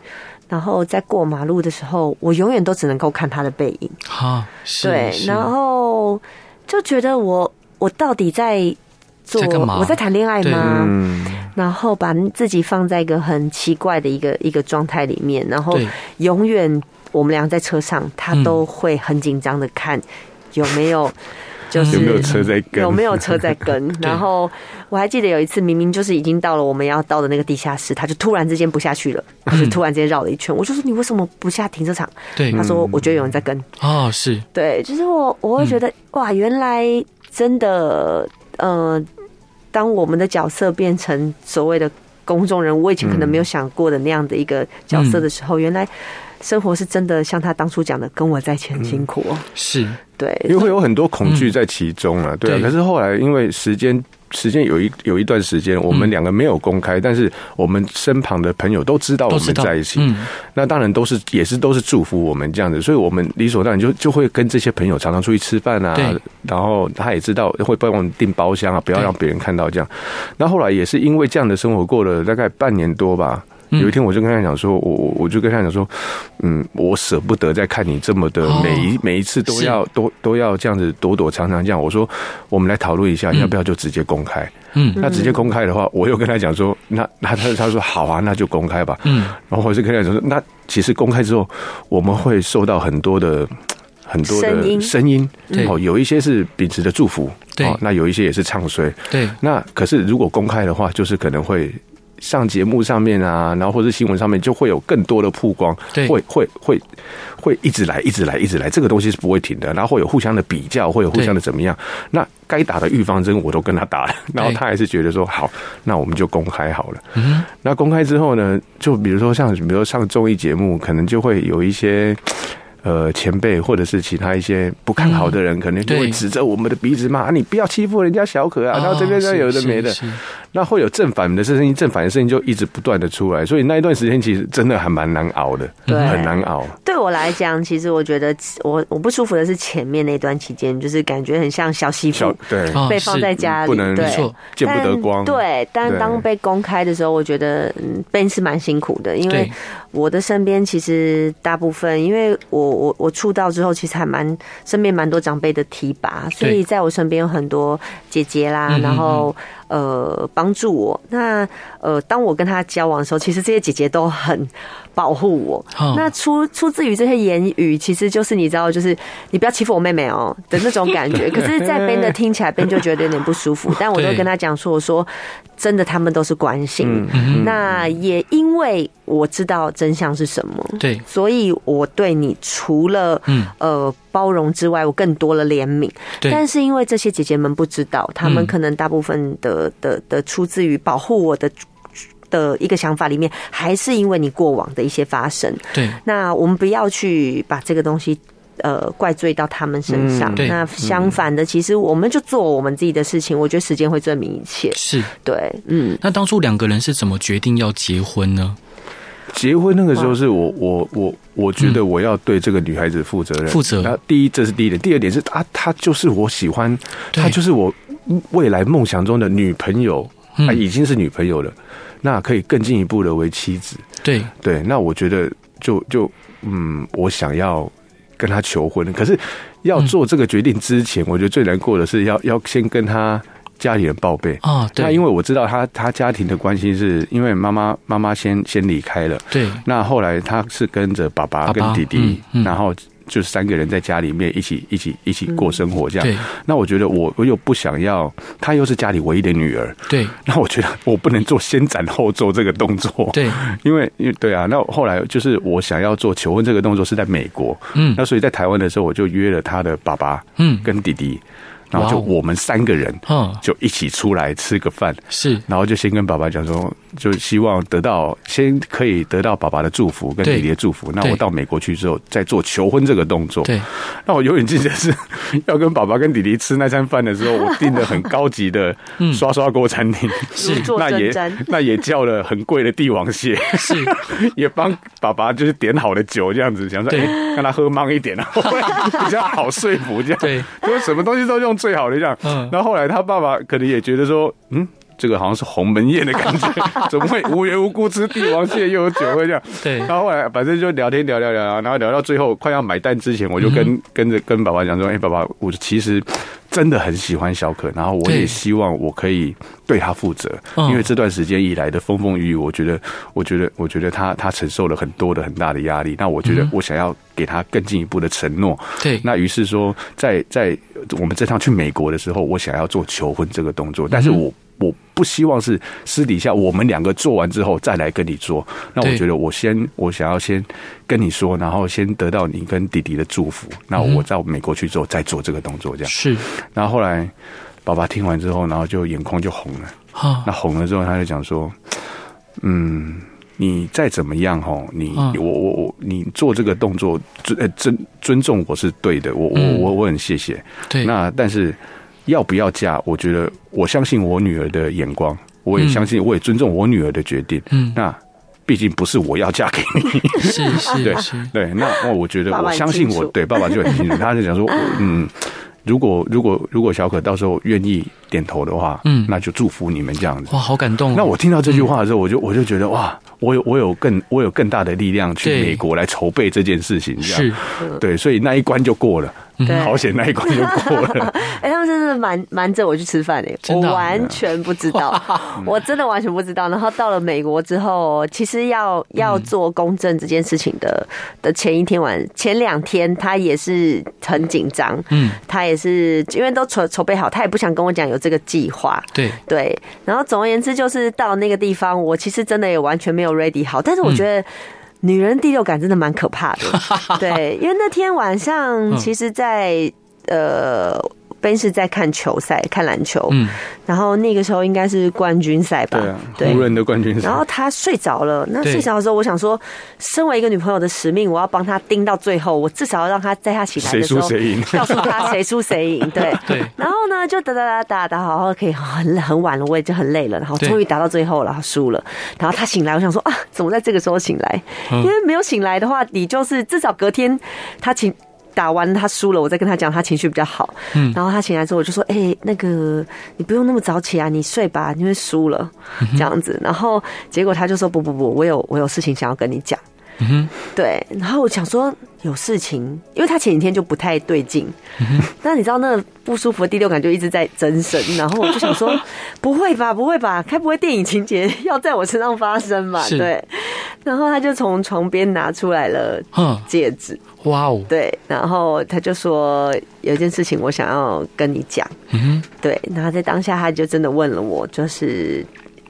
[SPEAKER 3] 然后在过马路的时候，我永远都只能够看他的背影。
[SPEAKER 1] 好是，
[SPEAKER 3] 对，
[SPEAKER 1] 是
[SPEAKER 3] 然后就觉得我我到底在做
[SPEAKER 1] 在干嘛
[SPEAKER 3] 我在谈恋爱吗？
[SPEAKER 2] 嗯，
[SPEAKER 3] 然后把自己放在一个很奇怪的一个一个状态里面，然后
[SPEAKER 1] 对
[SPEAKER 3] 永远我们俩在车上，他
[SPEAKER 1] 嗯
[SPEAKER 3] 都会很紧张的看有没 有就是
[SPEAKER 2] 有没有车在跟？
[SPEAKER 3] 有没有车在跟？然后我还记得有一次，明明就是已经到了我们要到的那个地下室，他就突然之间不下去了，他
[SPEAKER 1] 嗯
[SPEAKER 3] 就突然之间绕了一圈。我就说你为什么不下停车场？
[SPEAKER 1] 对
[SPEAKER 3] 他，
[SPEAKER 1] 嗯
[SPEAKER 3] 说我觉得有人在跟。
[SPEAKER 1] 哦是，
[SPEAKER 3] 对，就是我
[SPEAKER 2] 嗯
[SPEAKER 3] 我会觉得、哇，原来真的呃，当我们的角色变成所谓的公众人物，我以前可能
[SPEAKER 2] 嗯
[SPEAKER 3] 没有想过的那样的一个角色的时候，原来生活是真的像他当初讲的，跟我在一起很辛苦哦。
[SPEAKER 1] 是，
[SPEAKER 2] 嗯因
[SPEAKER 3] 对
[SPEAKER 2] 为会有很多恐惧在其中了、对啊。
[SPEAKER 1] 对
[SPEAKER 2] 可是后来因为时间。时间有一有一段时间，我
[SPEAKER 1] 嗯
[SPEAKER 2] 们两个没有公开，但是我们身旁的朋友都知哦道我
[SPEAKER 1] 都
[SPEAKER 2] 们
[SPEAKER 1] 知道
[SPEAKER 2] 在一起，
[SPEAKER 1] 嗯，
[SPEAKER 2] 那当然都是也是都是祝福我们这样子，所以我们理所当然就就会跟这些朋友常常出去吃饭啊
[SPEAKER 1] 对，
[SPEAKER 2] 然后他也知道哎会帮我们订包厢啊，不要
[SPEAKER 1] 对
[SPEAKER 2] 让别人看到这样。那后来也是因为这样的生活过了大概半年多吧。
[SPEAKER 1] 嗯
[SPEAKER 2] 有一天，我就跟他讲说，我我我就跟他讲说，嗯，我舍不得再看你这么的
[SPEAKER 1] 哦
[SPEAKER 2] 每一、每一次都
[SPEAKER 1] 是
[SPEAKER 2] 要都都要这样子躲躲藏藏这样。我说，我们来讨论一下，
[SPEAKER 1] 嗯
[SPEAKER 2] 要不要就直接公开？
[SPEAKER 1] 嗯
[SPEAKER 2] 那直接公开的话，我又跟他讲说，那那他他说好啊，那就公开吧。
[SPEAKER 1] 嗯，
[SPEAKER 2] 然后我就跟他讲说，那其实公开之后，我们会受到很多的。很多的
[SPEAKER 3] 声音
[SPEAKER 2] 声音
[SPEAKER 1] 对
[SPEAKER 2] 哦，有一些是秉持着祝福，
[SPEAKER 1] 对
[SPEAKER 2] 哦，那有一些也是唱衰。
[SPEAKER 1] 对，
[SPEAKER 2] 那可是如果公开的话，就是可能会上节目上面啊，然后或是新闻上面就会有更多的曝光，
[SPEAKER 1] 对
[SPEAKER 2] 会会会会一直来，一直来，一直来，这个东西是不会停的。然后会有互相的比较，会有互相的怎么样？那该打的预防针我都跟他打 了，然后他还是觉得说好，那我们就公开好了。
[SPEAKER 1] 嗯，
[SPEAKER 2] 那公开之后呢，就比如说像比如说上综艺节目，可能就会有一些。呃，前辈或者是其他一些不看好的人，可能就会
[SPEAKER 1] 嗯对
[SPEAKER 2] 指着我们的鼻子骂：“啊，你不要欺负人家小可啊！”然后这边
[SPEAKER 1] 哦
[SPEAKER 2] 这
[SPEAKER 1] 是
[SPEAKER 2] 有的
[SPEAKER 1] 是
[SPEAKER 2] 没的，
[SPEAKER 1] 是
[SPEAKER 2] 那会有正反的声音，正反的声音就一直不断的出来，所以那一段时间其实真的还蛮难熬的，
[SPEAKER 3] 对
[SPEAKER 1] 嗯
[SPEAKER 2] 很难熬。
[SPEAKER 3] 对我来讲，其实我觉得我我不舒服的是前面那段期间，就是感觉很像小媳
[SPEAKER 2] 小
[SPEAKER 3] 妇
[SPEAKER 2] 对，
[SPEAKER 1] 哦
[SPEAKER 3] 被放
[SPEAKER 1] 是
[SPEAKER 3] 在家里，
[SPEAKER 2] 不能
[SPEAKER 3] 对
[SPEAKER 1] 没错，
[SPEAKER 2] 见不得光。
[SPEAKER 3] 但对，但
[SPEAKER 2] 对
[SPEAKER 3] 当被公开的时候，我觉得嗯，ben 是蛮辛苦的，因为
[SPEAKER 1] 对，
[SPEAKER 3] 我的身边其实大部分，因为我我我出道之后，其实还蛮身边蛮多长辈的提拔，所以在我身边有很多姐姐啦，
[SPEAKER 1] 嗯嗯
[SPEAKER 3] 然后呃帮助我。那呃，当我跟他交往的时候，其实这些姐姐都很保护我。
[SPEAKER 1] 嗯
[SPEAKER 3] 那出出自于这些言语，其实就是你知道，就是你不要欺负我妹妹哦的那种感 觉。可是，在 Ben 的听起来，Ben 就觉得有点不舒服。但我都
[SPEAKER 1] 对
[SPEAKER 3] 跟他讲说，我说真的，他们都是关心。
[SPEAKER 1] 嗯
[SPEAKER 3] 那也因为我知道真相是什么，
[SPEAKER 1] 对，
[SPEAKER 3] 所以我对你除了
[SPEAKER 1] 嗯，
[SPEAKER 3] 呃包容之外，我更多了怜悯。但
[SPEAKER 1] 对，
[SPEAKER 3] 是因为这些姐姐们不知道，她们
[SPEAKER 1] 嗯
[SPEAKER 3] 可能大部分的的的出自于保护我的。的一个想法里面，还是因为你过往的一些发生，
[SPEAKER 1] 对，
[SPEAKER 3] 那我们不要去把这个东西。呃，怪罪到他们身上
[SPEAKER 2] 嗯。
[SPEAKER 1] 对嗯
[SPEAKER 3] 那相反的，其实我们就做我们自己的事情。我觉得时间会证明一切。
[SPEAKER 1] 是。
[SPEAKER 3] 对，嗯，
[SPEAKER 1] 那当初两个人是怎么决定要结婚呢？
[SPEAKER 2] 结婚那个时候是我我我我觉得我要对这个女孩子负责任，
[SPEAKER 1] 嗯负责
[SPEAKER 2] 然后第一，这是第一点；第二点是啊，她就是我喜欢，
[SPEAKER 1] 对
[SPEAKER 2] 她就是我未来梦想中的女朋友，
[SPEAKER 1] 嗯
[SPEAKER 2] 啊，已经是女朋友了，那可以更进一步的为妻子。
[SPEAKER 1] 对，
[SPEAKER 2] 对，那我觉得就就嗯，我想要跟她求婚，可是要
[SPEAKER 1] 嗯
[SPEAKER 2] 做这个决定之前，我觉得最难过的是要要先跟她家里人报备。
[SPEAKER 1] 啊，
[SPEAKER 2] 那
[SPEAKER 1] 对，
[SPEAKER 2] 因
[SPEAKER 1] 为
[SPEAKER 2] 为我知道她她家庭的关系是因为妈妈妈妈先先离开了。
[SPEAKER 1] 对，
[SPEAKER 2] 那后来他是跟着爸爸
[SPEAKER 1] 爸
[SPEAKER 2] 跟
[SPEAKER 1] 爸
[SPEAKER 2] 弟弟，
[SPEAKER 1] 嗯嗯
[SPEAKER 2] 然后就三个人在家里面一起一起一起过生活这样。
[SPEAKER 1] 对，
[SPEAKER 2] 那我觉得我我又不想要，她又是家里唯一的女儿，
[SPEAKER 1] 对，
[SPEAKER 2] 那我觉得我不能做先斩后奏这个动作。，
[SPEAKER 1] 对，
[SPEAKER 2] 因为因为对啊，那后来就是我想要做求婚这个动作是在美国，
[SPEAKER 1] 嗯
[SPEAKER 2] 那所以在台湾的时候我就约了他的爸爸
[SPEAKER 1] 嗯，
[SPEAKER 2] 跟弟弟，然后就
[SPEAKER 1] 哇哦
[SPEAKER 2] 我们三个人
[SPEAKER 1] 嗯，
[SPEAKER 2] 就一起出来吃个饭。
[SPEAKER 1] 是，
[SPEAKER 2] 然后就先跟爸爸讲说，就希望得到先可以得到爸爸的祝福跟
[SPEAKER 1] 对
[SPEAKER 2] 弟弟的祝福。那
[SPEAKER 1] 对
[SPEAKER 2] 我到美国去之后再做求婚这个动作。
[SPEAKER 1] 对，
[SPEAKER 2] 那我永远记得是 要跟爸爸跟弟弟吃那餐饭的时候，我订了很高级的刷刷锅餐厅，
[SPEAKER 1] 嗯是
[SPEAKER 3] 如坐
[SPEAKER 2] 那
[SPEAKER 3] 针
[SPEAKER 2] 也
[SPEAKER 3] 毡。
[SPEAKER 2] 那也叫了很贵的帝王蟹，
[SPEAKER 1] 是，
[SPEAKER 2] 也帮爸爸就是点好的酒这样子，想说
[SPEAKER 1] 对
[SPEAKER 2] 哎让他喝忙一点啊， 比较好说服这样。
[SPEAKER 1] 对，
[SPEAKER 2] 就是什么东西都用最好的这样。
[SPEAKER 1] 嗯
[SPEAKER 2] 然后后来他爸爸可能也觉得说，嗯，这个好像是鸿门宴的感 觉，怎么会无缘无故吃帝王蟹又有酒喝这样？
[SPEAKER 1] 对
[SPEAKER 2] 然后后来反正就聊天聊聊聊，然后聊到最后快要买单之前，我就
[SPEAKER 1] 嗯
[SPEAKER 2] 跟、跟着跟爸爸讲说，哎、爸爸，我其实真的很喜欢小可，然后我
[SPEAKER 1] 对
[SPEAKER 2] 也希望我可以对他负责，
[SPEAKER 1] 嗯
[SPEAKER 2] 因为这段时间以来的风风雨雨，我觉得，我觉得，我觉得他他承受了很多的很大的压力，那我觉得
[SPEAKER 1] 嗯
[SPEAKER 2] 我想要给他更进一步的承诺，
[SPEAKER 1] 对，
[SPEAKER 2] 那于是说，在在我们这趟去美国的时候，我想要做求婚这个动作，但
[SPEAKER 1] 嗯
[SPEAKER 2] 是我。我不希望是私底下我们两个做完之后再来跟你做。那
[SPEAKER 1] 对
[SPEAKER 2] 我觉得我先，我想要先跟你说，然后先得到你跟弟弟的祝福。那
[SPEAKER 1] 嗯哼
[SPEAKER 2] 我到美国去之后再做这个动作，这样。
[SPEAKER 1] 是，
[SPEAKER 2] 然后后来爸爸听完之后，然后就眼眶就红了。
[SPEAKER 1] 哈
[SPEAKER 2] 那，红了之后，他就讲说：“嗯，你再怎么样吼，你、
[SPEAKER 1] 嗯
[SPEAKER 2] 我我我，你做这个动作尊呃尊尊重我是对的，我我
[SPEAKER 1] 嗯
[SPEAKER 2] 我我很谢谢。
[SPEAKER 1] 对，
[SPEAKER 2] 那但是要不要嫁，我觉得我相信我女儿的眼光，我也
[SPEAKER 1] 嗯
[SPEAKER 2] 相信，我也尊重我女儿的决定。
[SPEAKER 1] 嗯，
[SPEAKER 2] 那毕竟不是我要嫁给你。”
[SPEAKER 1] 是是
[SPEAKER 2] 对
[SPEAKER 1] 是，
[SPEAKER 2] 对，那那我觉得
[SPEAKER 3] 爸爸
[SPEAKER 2] 我
[SPEAKER 3] 很
[SPEAKER 2] 相信
[SPEAKER 3] 清
[SPEAKER 2] 我
[SPEAKER 3] 楚
[SPEAKER 2] 对爸爸就很清楚，他就 讲说，我嗯，如果如果如果小可到时候愿意点头的话，
[SPEAKER 1] 嗯
[SPEAKER 2] 那就祝福你们这样子。
[SPEAKER 1] 哇，好感动哦。
[SPEAKER 2] 那我听到这句话的时候，我就我就觉得哇，我有我有更我有更大的力量去
[SPEAKER 1] 对
[SPEAKER 2] 美国来筹备这件事情，这
[SPEAKER 1] 是
[SPEAKER 2] 样，对，所以那一关就过了，
[SPEAKER 3] 对
[SPEAKER 2] 嗯好险那一关就过 了，
[SPEAKER 3] 哎、他们真的瞒瞒着我去吃饭哎、
[SPEAKER 1] 真
[SPEAKER 3] 我
[SPEAKER 1] 的啊
[SPEAKER 3] 完全不知 道，我真的完全不知道。然后到了美国之后，其实要要
[SPEAKER 1] 嗯
[SPEAKER 3] 做公证这件事情的、的前一天晚前两天，他也是很紧张，
[SPEAKER 1] 嗯，
[SPEAKER 3] 他也是因为都筹筹备好，他也不想跟我讲有这个计划，
[SPEAKER 1] 对，
[SPEAKER 3] 对，然后总而言之，就是到那个地方，我其实真的也完全没有 ready 好，但是我觉得。女人第六感真的蛮可怕的， 对，因为那天晚上，其实在，呃，Ben 是在看球赛，看篮球，
[SPEAKER 1] 嗯，
[SPEAKER 3] 然后那个时候应该是冠军赛吧，
[SPEAKER 2] 对啊，湖人的冠军赛
[SPEAKER 3] 然后他睡着了，那
[SPEAKER 1] 对
[SPEAKER 3] 睡着的时候，我想说，身为一个女朋友的使命，我要帮他盯到最后，我至少要让他在他起来
[SPEAKER 2] 谁
[SPEAKER 3] 的时
[SPEAKER 2] 输
[SPEAKER 3] 候，
[SPEAKER 2] 谁赢，
[SPEAKER 3] 告诉他谁输谁赢，对
[SPEAKER 1] 对
[SPEAKER 3] 然后呢，就打打打打打，好可以很很晚了，我也就很累了，然后
[SPEAKER 1] 对
[SPEAKER 3] 终于打到最后了，然后输了。然后他醒来，我想说啊，怎么在这个时候醒来？
[SPEAKER 1] 嗯
[SPEAKER 3] 因为没有醒来的话，你就是至少隔天他情打完他输了，我再跟他讲，他情绪比较好。
[SPEAKER 1] 嗯
[SPEAKER 3] 然后他醒来之后，我就说：“哎、那个你不用那么早起啊，你睡吧，因为输了
[SPEAKER 1] 嗯
[SPEAKER 3] 这样子。”然后结果他就说：“不不不，我有我有事情想要跟你讲。”
[SPEAKER 1] 嗯哼，
[SPEAKER 3] 对，然后我想说，有事情，因为他前几天就不太对劲。
[SPEAKER 1] 嗯
[SPEAKER 3] 那你知道那个不舒服的第六感就一直在增生，然后我就想说，不会吧，不会吧，该不会电影情节要在我身上发生吧？
[SPEAKER 1] 是
[SPEAKER 3] 对。然后他就从床边拿出来了
[SPEAKER 1] 哼，
[SPEAKER 3] 戒指，
[SPEAKER 1] 啊哇哦，
[SPEAKER 3] 对，然后他就说有一件事情我想要跟你讲，
[SPEAKER 1] 嗯哼，
[SPEAKER 3] 对，然后在当下他就真的问了我，就是。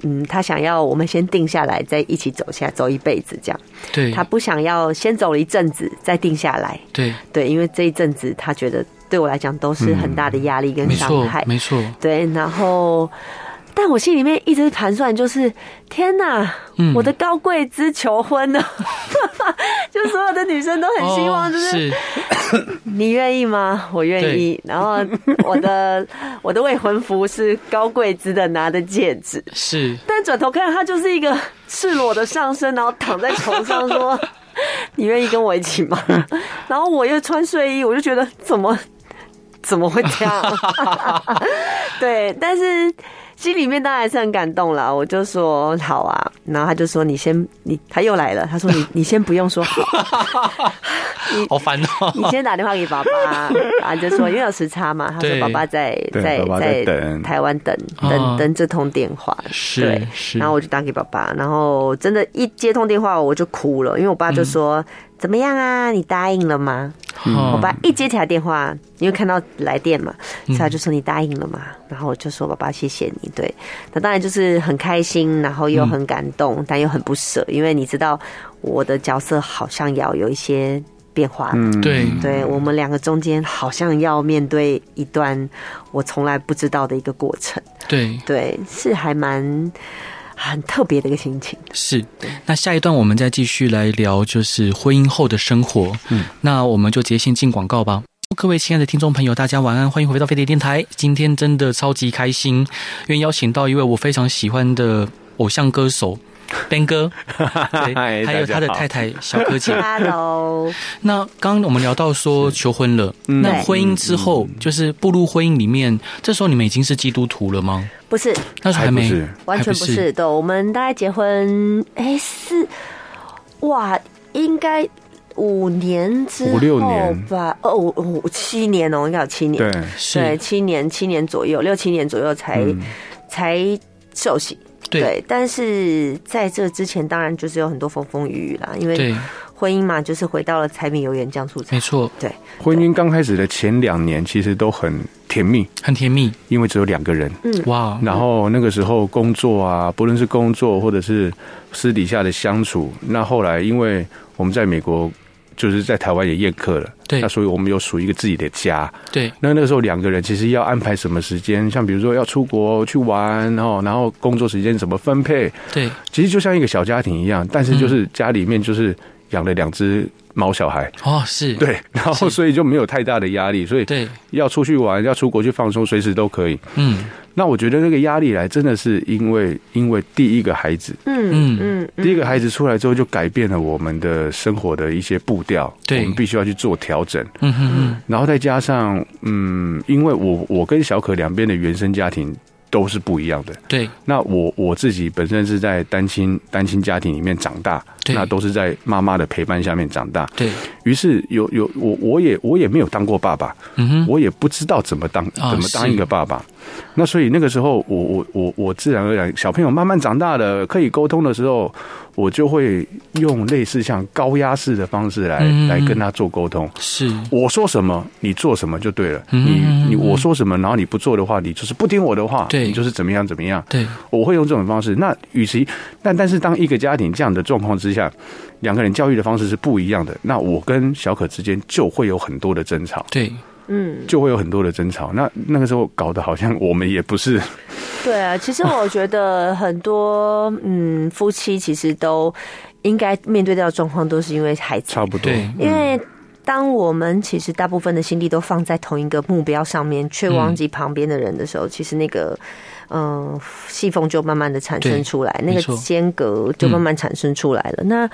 [SPEAKER 3] 嗯，他想要我们先定下来，再一起走下走一辈子这样。
[SPEAKER 1] 对，
[SPEAKER 3] 他不想要先走了一阵子再定下来，
[SPEAKER 1] 对，
[SPEAKER 3] 对，因为这一阵子他觉得对我来讲都是很大的压力跟
[SPEAKER 1] 没
[SPEAKER 3] 伤
[SPEAKER 1] 错
[SPEAKER 3] 害，，
[SPEAKER 1] 没错，
[SPEAKER 3] 对，然后。但我心里面一直盘算，就是天哪，
[SPEAKER 1] 嗯
[SPEAKER 3] 我的高贵之求婚呢？ 就所有的女生都很希望，
[SPEAKER 1] 哦
[SPEAKER 3] 就是
[SPEAKER 1] 是
[SPEAKER 3] 你愿意吗？我愿意。然后我的我的未婚夫是高贵之的拿的戒指，
[SPEAKER 1] 是
[SPEAKER 3] 但转头看他就是一个赤裸的上身，然后躺在床 上说：“你愿意跟我一起吗？” 然后我又穿睡衣，我就觉得怎么怎么会 这样？对，但是心里面当然还是很感动啦。我就说好啊，然后他就说：“你先你他又来了。”他说你：“ 你先不用说好，
[SPEAKER 1] 好烦哦，
[SPEAKER 3] 你先打电话给 爸爸。”啊，就说因为有时差嘛，他说
[SPEAKER 1] 对
[SPEAKER 3] 爸爸在
[SPEAKER 2] 对
[SPEAKER 3] 在
[SPEAKER 2] 爸爸在等
[SPEAKER 3] 台湾等
[SPEAKER 1] 啊
[SPEAKER 3] 等等这通电话。
[SPEAKER 1] 是
[SPEAKER 3] 对
[SPEAKER 1] 是，
[SPEAKER 3] 然后我就打给爸爸，然后真的，一接通电话我就哭了，因为我爸就说：“怎么样啊？你答应了吗？”
[SPEAKER 1] 我
[SPEAKER 3] 我爸一接起来电话，因为看到来电嘛，所以他就说：“你答应了吗？”然后我就说：“爸爸，谢谢你。”对，那当然就是很开心，然后又很感动，但又很不舍，因为你知道我的角色好像也要有一些变化。
[SPEAKER 2] 嗯，
[SPEAKER 1] 对
[SPEAKER 3] 对我们两个中间好像要面对一段我从来不知道的一个过程，
[SPEAKER 1] 对
[SPEAKER 3] 对，是还蛮很特别的一个心情。
[SPEAKER 1] 是，那下一段我们再继续来聊，就是婚姻后的生活。嗯，那我们就直接先进广告吧。各位亲爱的听众朋友，大家晚安，欢迎回到飞碟电台。今天真的超级开心，因为邀请到一位我非常喜欢的偶像歌手 Ben 哥，对，
[SPEAKER 2] 嗨
[SPEAKER 1] 还有
[SPEAKER 2] 大家
[SPEAKER 1] 他的
[SPEAKER 2] 好
[SPEAKER 1] 太太小柯姐。
[SPEAKER 3] Hello，
[SPEAKER 1] 那刚刚我们聊到说求婚了，
[SPEAKER 2] 嗯
[SPEAKER 1] 那婚姻之后、就是步入婚姻里面，这时候你们已经是基督徒了吗？
[SPEAKER 3] 不是，
[SPEAKER 1] 那时候还没，
[SPEAKER 2] 还不是
[SPEAKER 3] 完全不是。对，我们大概结婚哎四，哇，应该五年之后
[SPEAKER 2] 五六年
[SPEAKER 3] 吧，哦五五七年哦，应该有七年，
[SPEAKER 2] 对，嗯
[SPEAKER 3] 对，
[SPEAKER 1] 是，
[SPEAKER 3] 七年七年左右，六七年左右才、才受洗。
[SPEAKER 1] 对
[SPEAKER 3] 但是在这之前，当然就是有很多风风雨雨啦，因为
[SPEAKER 1] 对，
[SPEAKER 3] 婚姻嘛，就是回到了柴米油盐酱醋茶
[SPEAKER 1] 没。错，
[SPEAKER 2] 婚姻刚开始的前两年其实都很甜蜜，
[SPEAKER 1] 很甜蜜，
[SPEAKER 2] 因为只有两个人，
[SPEAKER 1] 哇，
[SPEAKER 2] 然后那个时候工作啊，不论是工作或者是私底下的相处，那后来因为我们在美国，就是在台湾也宴客了，
[SPEAKER 1] 对
[SPEAKER 2] 那所以我们有属于一个自己的家。
[SPEAKER 1] 对，
[SPEAKER 2] 那那个时候两个人其实要安排什么时间，像比如说要出国去玩哦，然后工作时间怎么分配，
[SPEAKER 1] 对，
[SPEAKER 2] 其实就像一个小家庭一样，但是
[SPEAKER 1] 嗯
[SPEAKER 2] 就是家里面就是养了两只毛小孩。
[SPEAKER 1] 哦，是，
[SPEAKER 2] 对，然后
[SPEAKER 1] 是
[SPEAKER 2] 所以就没有太大的压力，所以
[SPEAKER 1] 对，
[SPEAKER 2] 要出去玩、要出国去放松，随时都可以。
[SPEAKER 1] 嗯，
[SPEAKER 2] 那我觉得那个压力来，真的是因为因为第一个孩子，
[SPEAKER 1] 嗯
[SPEAKER 3] 嗯嗯嗯，
[SPEAKER 2] 第一个孩子出来之后就改变了我们的生活的一些步调，
[SPEAKER 1] 对
[SPEAKER 2] 我们必须要去做调整。
[SPEAKER 1] 嗯哼哼，
[SPEAKER 2] 然后再加上，嗯，因为我我跟小可两边的原生家庭都是不一样的。
[SPEAKER 1] 对，
[SPEAKER 2] 那我我自己本身是在单亲单亲家庭里面长大，
[SPEAKER 1] 对
[SPEAKER 2] 那都是在妈妈的陪伴下面长大。
[SPEAKER 1] 对，
[SPEAKER 2] 于是有有我我也我也没有当过爸爸，
[SPEAKER 1] 嗯哼，
[SPEAKER 2] 我也不知道怎么当
[SPEAKER 1] 啊
[SPEAKER 2] 怎么当
[SPEAKER 1] 是
[SPEAKER 2] 一个爸爸。那所以那个时候，我我我我自然而然，小朋友慢慢长大了，可以沟通的时候，我就会用类似像高压式的方式来、
[SPEAKER 1] 嗯
[SPEAKER 2] 来跟他做沟通。
[SPEAKER 1] 是，
[SPEAKER 2] 我说什么，你做什么就对了。
[SPEAKER 1] 嗯嗯嗯
[SPEAKER 2] 你你我说什么，然后你不做的话，你就是不听我的话，
[SPEAKER 1] 对
[SPEAKER 2] 你就是怎么样怎么样。
[SPEAKER 1] 对，
[SPEAKER 2] 我会用这种方式。那与其但但是当一个家庭这样的状况之下，两个人教育的方式是不一样的。那我跟小可之间就会有很多的争吵。
[SPEAKER 1] 对，
[SPEAKER 3] 嗯，
[SPEAKER 2] 就会有很多的争吵。那那个时候搞得好像我们也不是，
[SPEAKER 3] 对啊，其实我觉得很多嗯夫妻其实都应该面对到的状况，都是因为孩子，
[SPEAKER 2] 差不多，
[SPEAKER 1] 对
[SPEAKER 3] 因为。
[SPEAKER 1] 嗯
[SPEAKER 3] 当我们其实大部分的心力都放在同一个目标上面，却
[SPEAKER 1] 嗯
[SPEAKER 3] 忘记旁边的人的时候，其实那个嗯、呃细缝就慢慢的产
[SPEAKER 1] 对
[SPEAKER 3] 生出来，那
[SPEAKER 1] 没
[SPEAKER 3] 个
[SPEAKER 1] 错嗯
[SPEAKER 3] 间隔就慢慢产生出来了。那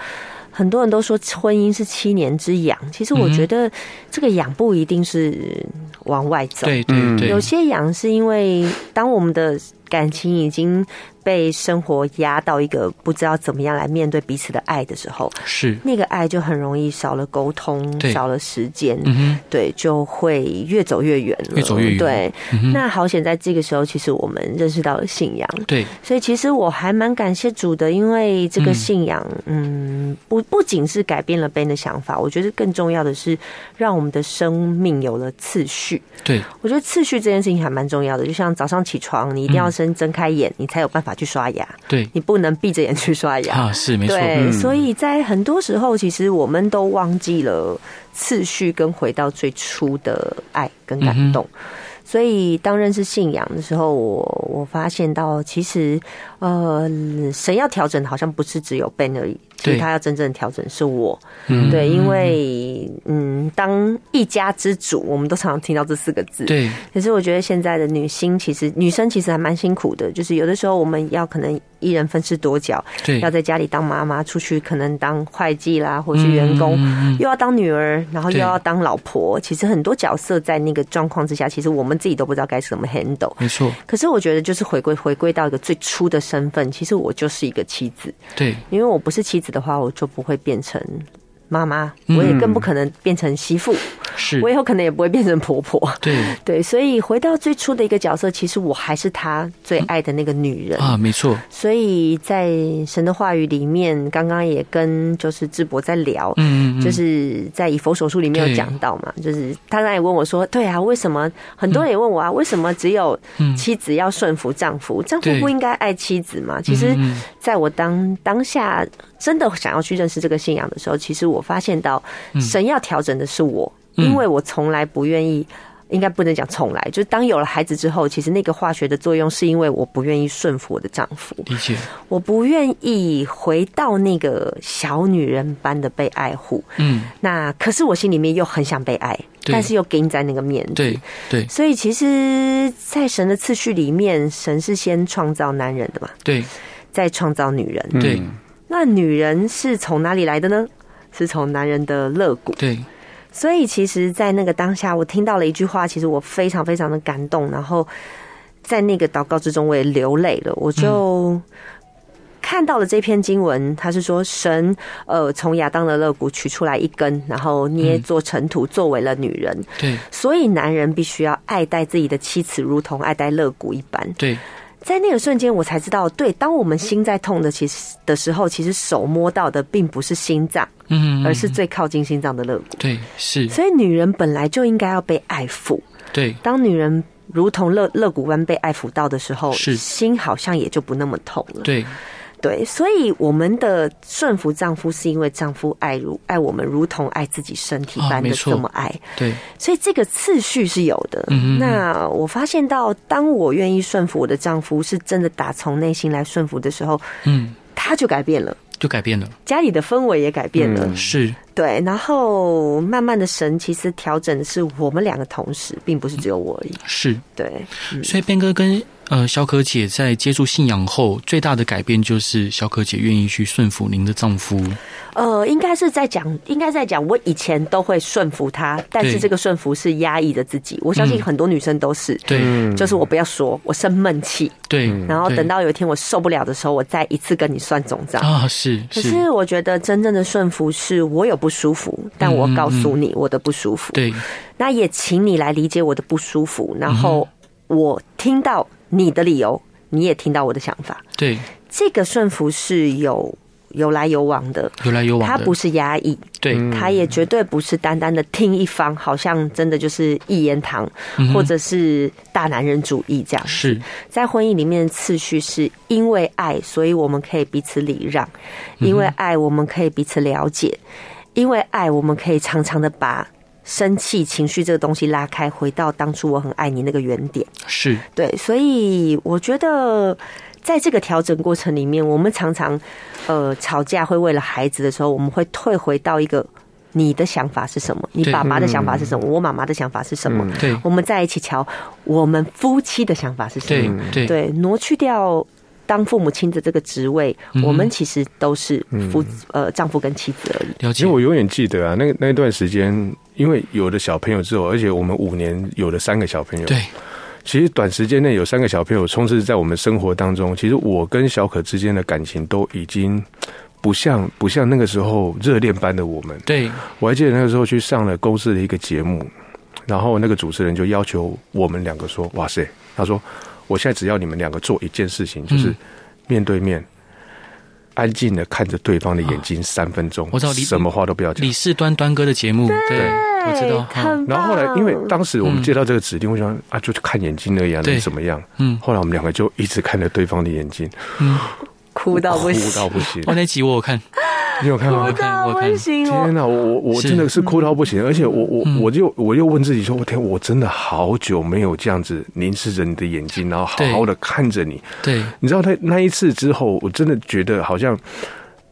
[SPEAKER 3] 很多人都说婚姻是七年之痒，其实我
[SPEAKER 1] 嗯哼
[SPEAKER 3] 觉得这个痒不一定是往外走，
[SPEAKER 1] 对，对，
[SPEAKER 2] 嗯
[SPEAKER 1] 对
[SPEAKER 3] 有，些痒是因为当我们的感情已经被生活压到一个不知道怎么样来面对彼此的爱的时候，
[SPEAKER 1] 是，
[SPEAKER 3] 那个爱就很容易少了沟通，
[SPEAKER 1] 对
[SPEAKER 3] 少了时间，
[SPEAKER 1] 嗯哼，
[SPEAKER 3] 对，就会越走越远了，
[SPEAKER 1] 越走越远
[SPEAKER 3] 对，
[SPEAKER 1] 嗯哼，
[SPEAKER 3] 那好险在这个时候，其实我们认识到了信仰，
[SPEAKER 1] 对，
[SPEAKER 3] 所以其实我还蛮感谢主的，因为这个
[SPEAKER 1] 嗯
[SPEAKER 3] 信仰，嗯，不不仅是改变了 Ben 的想法，我觉得更重要的是让我们的生命有了次序。
[SPEAKER 1] 对，
[SPEAKER 3] 我觉得次序这件事情还蛮重要的，就像早上起床，你一定要
[SPEAKER 1] 嗯
[SPEAKER 3] 先睁开眼，你才有办法去刷牙，
[SPEAKER 1] 对，
[SPEAKER 3] 你不能闭着眼去刷牙。
[SPEAKER 1] 啊，是没错，
[SPEAKER 3] 对，
[SPEAKER 4] 嗯
[SPEAKER 3] 所以在很多时候，其实我们都忘记了次序跟回到最初的爱跟
[SPEAKER 1] 嗯
[SPEAKER 3] 感动。所以当认识信仰的时候，我我发现到其实，呃，神要调整好像不是只有 Ben 而已，其
[SPEAKER 1] 对
[SPEAKER 3] 实他要真正调整是我。
[SPEAKER 1] 嗯
[SPEAKER 3] 对，因为嗯，当一家之主，我们都常常听到这四个字。
[SPEAKER 1] 对，
[SPEAKER 3] 可是我觉得现在的女星其实女生其实还蛮辛苦的，就是有的时候我们要可能一人分饰多角，
[SPEAKER 1] 对，
[SPEAKER 3] 要在家里当妈妈，出去可能当会计啦，或是员工，
[SPEAKER 1] 嗯嗯嗯
[SPEAKER 3] 又要当女儿，然后又
[SPEAKER 1] 对
[SPEAKER 3] 要当老婆。其实很多角色在那个状况之下，其实我们自己都不知道该怎么 handle。
[SPEAKER 1] 没错，
[SPEAKER 3] 可是我觉得，就是回归回归到一个最初的身份，其实我就是一个妻子，
[SPEAKER 1] 对，
[SPEAKER 3] 因为我不是妻子的话，我就不会变成。妈妈，我也更不可能变成媳妇，
[SPEAKER 1] 嗯是
[SPEAKER 3] 我，以后可能也不会变成婆婆。
[SPEAKER 1] 对
[SPEAKER 3] 对，所以回到最初的一个角色，其实我还是他最爱的那个女人。
[SPEAKER 1] 啊，没错，
[SPEAKER 3] 所以在神的话语里面，刚刚也跟就是智博在聊，
[SPEAKER 1] 嗯，嗯嗯
[SPEAKER 3] 就是在以佛手术里面有
[SPEAKER 1] 对
[SPEAKER 3] 讲到嘛，就是他刚才也问我说，对啊，为什么很多人也问我啊，为什么只有
[SPEAKER 1] 嗯
[SPEAKER 3] 妻子要顺服丈夫，丈夫
[SPEAKER 1] 对
[SPEAKER 3] 不应该爱妻子吗？其实
[SPEAKER 1] 嗯嗯
[SPEAKER 3] 在我当当下真的想要去认识这个信仰的时候，其实我发现到神要调整的是我，
[SPEAKER 1] 嗯
[SPEAKER 3] 因为我从来不愿意。应该不能讲从来，就是当有了孩子之后，其实那个化学的作用是因为我不愿意顺服我的丈夫，
[SPEAKER 1] 理解，
[SPEAKER 3] 我不愿意回到那个小女人般的被爱护。
[SPEAKER 1] 嗯，
[SPEAKER 3] 那可是我心里面又很想被爱，
[SPEAKER 1] 对
[SPEAKER 3] 但是又给你在那个面子。
[SPEAKER 1] 对对
[SPEAKER 3] 所以其实，在神的次序里面，神是先创造男人的嘛，
[SPEAKER 1] 对
[SPEAKER 3] 再创造女人。
[SPEAKER 2] 嗯
[SPEAKER 1] 对
[SPEAKER 3] 那女人是从哪里来的呢？是从男人的肋骨。
[SPEAKER 1] 对，
[SPEAKER 3] 所以其实，在那个当下，我听到了一句话，其实我非常非常的感动，然后在那个祷告之中，我也流泪了，我就。看到了这篇经文，他是说神，呃，从亚当的肋骨取出来一根，然后捏
[SPEAKER 1] 嗯
[SPEAKER 3] 做尘土，作为了女人。
[SPEAKER 1] 对
[SPEAKER 3] 所以男人必须要爱戴自己的妻子，如同爱戴肋骨一般。
[SPEAKER 1] 对
[SPEAKER 3] 在那个瞬间，我才知道，对，当我们心在痛的其实的时候，其实手摸到的并不是心脏，
[SPEAKER 1] 嗯，嗯
[SPEAKER 3] 而是
[SPEAKER 1] 嗯
[SPEAKER 3] 最靠近心脏的肋骨。
[SPEAKER 1] 对是，
[SPEAKER 3] 所以，女人本来就应该要被爱抚。
[SPEAKER 1] 对
[SPEAKER 3] 当女人如同肋肋骨弯被爱抚到的时候，
[SPEAKER 1] 是
[SPEAKER 3] 心好像也就不那么痛了。
[SPEAKER 1] 对
[SPEAKER 3] 对，所以我们的顺服丈夫，是因为丈夫爱如爱我们，如同爱自己身体
[SPEAKER 1] 啊
[SPEAKER 3] 般
[SPEAKER 1] 没
[SPEAKER 3] 的
[SPEAKER 1] 错
[SPEAKER 3] 这么爱。
[SPEAKER 1] 对
[SPEAKER 3] 所以这个次序是有的。
[SPEAKER 1] 嗯嗯嗯
[SPEAKER 3] 那我发现到，当我愿意顺服我的丈夫，是真的打从内心来顺服的时候，
[SPEAKER 1] 嗯，
[SPEAKER 3] 他就改变了，
[SPEAKER 1] 就改变了，
[SPEAKER 3] 家里的氛围也改变了。
[SPEAKER 1] 是
[SPEAKER 3] 对，然后慢慢的神其实调整的是我们两个同时，并不是只有我而已。
[SPEAKER 1] 是，
[SPEAKER 3] 对，
[SPEAKER 1] 所以边哥跟呃小可姐在接触信仰后，最大的改变就是小可姐愿意去顺服您的丈夫，
[SPEAKER 3] 呃，应该是在讲，应该在讲，我以前都会顺服他，但是
[SPEAKER 1] 对
[SPEAKER 3] 这个顺服是压抑着自己。我相信
[SPEAKER 1] 嗯
[SPEAKER 3] 很多女生都是。
[SPEAKER 1] 对、
[SPEAKER 2] 嗯
[SPEAKER 3] 就是我不要说，我生闷气，
[SPEAKER 1] 对，
[SPEAKER 3] 然后
[SPEAKER 1] 对
[SPEAKER 3] 等到有一天我受不了的时候，我再一次跟你算总账。
[SPEAKER 1] 啊是
[SPEAKER 3] 可是我觉得真正的顺服是我有不舒服，但我告诉你我的不舒服，
[SPEAKER 1] 嗯对
[SPEAKER 3] 那也请你来理解我的不舒服，然
[SPEAKER 1] 嗯
[SPEAKER 3] 后我听到你的理由，你也听到我的想法，
[SPEAKER 1] 对
[SPEAKER 3] 这个顺服是有有来有往的，
[SPEAKER 1] 有来有往
[SPEAKER 3] 它
[SPEAKER 1] 的，
[SPEAKER 3] 不是压抑，嗯
[SPEAKER 1] 对、
[SPEAKER 2] 嗯
[SPEAKER 3] 它也绝对不是单单的听一方，好像真的就是一言堂，
[SPEAKER 1] 嗯
[SPEAKER 3] 或者是大男人主义这样。
[SPEAKER 1] 是
[SPEAKER 3] 在婚姻里面的次序是因为爱，所以我们可以彼此礼让；因为爱，我们可以彼此了解；因为爱，我们可以常常的把生气情绪这个东西拉开，回到当初我很爱你那个原点。
[SPEAKER 1] 是
[SPEAKER 3] 对，所以我觉得。在这个调整过程里面，我们常常，呃，吵架会为了孩子的时候，我们会退回到一个你的想法是什么，你
[SPEAKER 1] 对嗯
[SPEAKER 3] 爸爸的想法是什么，我妈妈的想法是什么，
[SPEAKER 1] 对
[SPEAKER 3] 我们在一起瞧我们夫妻的想法是什么
[SPEAKER 1] 对。对
[SPEAKER 2] 嗯
[SPEAKER 3] 对，挪去掉当父母亲的这个职位，
[SPEAKER 1] 嗯
[SPEAKER 3] 我们其实都是
[SPEAKER 2] 嗯
[SPEAKER 3] 夫、呃丈夫跟妻子而已。
[SPEAKER 1] 了解
[SPEAKER 2] 其实我永远记得啊，那那段时间，因为有了小朋友之后，而且我们五年有了三个小朋友，
[SPEAKER 1] 对
[SPEAKER 2] 其实短时间内有三个小朋友充斥在我们生活当中，其实我跟小可之间的感情都已经不像不像那个时候热恋般的我们。
[SPEAKER 1] 对，
[SPEAKER 2] 我还记得那个时候去上了公司的一个节目，然后那个主持人就要求我们两个说：“哇塞！”他说：“我现在只要你们两个做一件事情，就是
[SPEAKER 1] 嗯
[SPEAKER 2] 面对面，安静的看着对方的眼睛三分钟，
[SPEAKER 1] 我知道李
[SPEAKER 2] 什么话都不要讲。
[SPEAKER 1] 李”世端端哥的节目，对，我知道，哈
[SPEAKER 3] 哎很棒。
[SPEAKER 2] 然后后来，因为当时我们
[SPEAKER 1] 嗯
[SPEAKER 2] 接到这个指令，我想啊，就看眼睛而已啊，
[SPEAKER 1] 对
[SPEAKER 2] 能怎么样？
[SPEAKER 1] 嗯
[SPEAKER 2] 后来我们两个就一直看着对方的眼睛，
[SPEAKER 1] 嗯，
[SPEAKER 3] 哭到不
[SPEAKER 2] 哭
[SPEAKER 3] 行，
[SPEAKER 2] 到不行。
[SPEAKER 1] 哦，那集我有看，
[SPEAKER 2] 你有看吗
[SPEAKER 3] 哭？到不行哦
[SPEAKER 2] 天。啊哪，我我我
[SPEAKER 1] 是嗯
[SPEAKER 2] 真的是哭到不行，而且我我我就我又问自己说，我天，我真的好久没有这样子凝视着你的眼睛，然后好好的看着你。
[SPEAKER 1] 对，
[SPEAKER 2] 你知道，那那一次之后，我真的觉得好像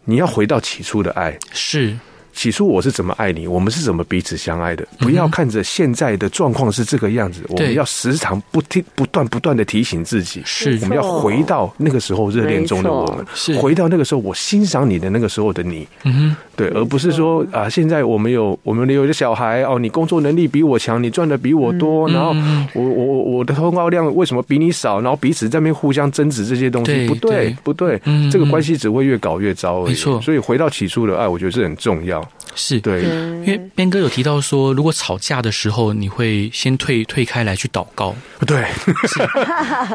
[SPEAKER 2] 你要回到起初的爱。
[SPEAKER 1] 是，
[SPEAKER 2] 起初我是怎么爱你，我们是怎么彼此相爱的？不要看着现在的状况是这个样子，我
[SPEAKER 1] 嗯对
[SPEAKER 2] 们要时常不听不断不断的提醒自己，
[SPEAKER 1] 是
[SPEAKER 2] 我们要回到那个时候热恋中的我
[SPEAKER 3] 没
[SPEAKER 2] 们
[SPEAKER 1] 是，
[SPEAKER 2] 回到那个时候我欣赏你的那个时候的你，
[SPEAKER 1] 嗯哼，
[SPEAKER 2] 对，而不是说啊，现在我们有我们有一个小孩哦，你工作能力比我强，你赚的比我多，然后
[SPEAKER 1] 嗯
[SPEAKER 2] 我我我我的通告量为什么比你少？然后彼此在那边互相争执这些东
[SPEAKER 1] 对
[SPEAKER 2] 西，不
[SPEAKER 1] 对
[SPEAKER 2] 对不对
[SPEAKER 1] 嗯，
[SPEAKER 2] 这个关系只会越搞越糟而已。
[SPEAKER 1] 没错
[SPEAKER 2] 所以回到起初的哎爱，我觉得是很重要。
[SPEAKER 1] 是。
[SPEAKER 2] 对，
[SPEAKER 1] 因为边哥有提到说，如果吵架的时候，你会先退退开来去祷告，
[SPEAKER 2] 对，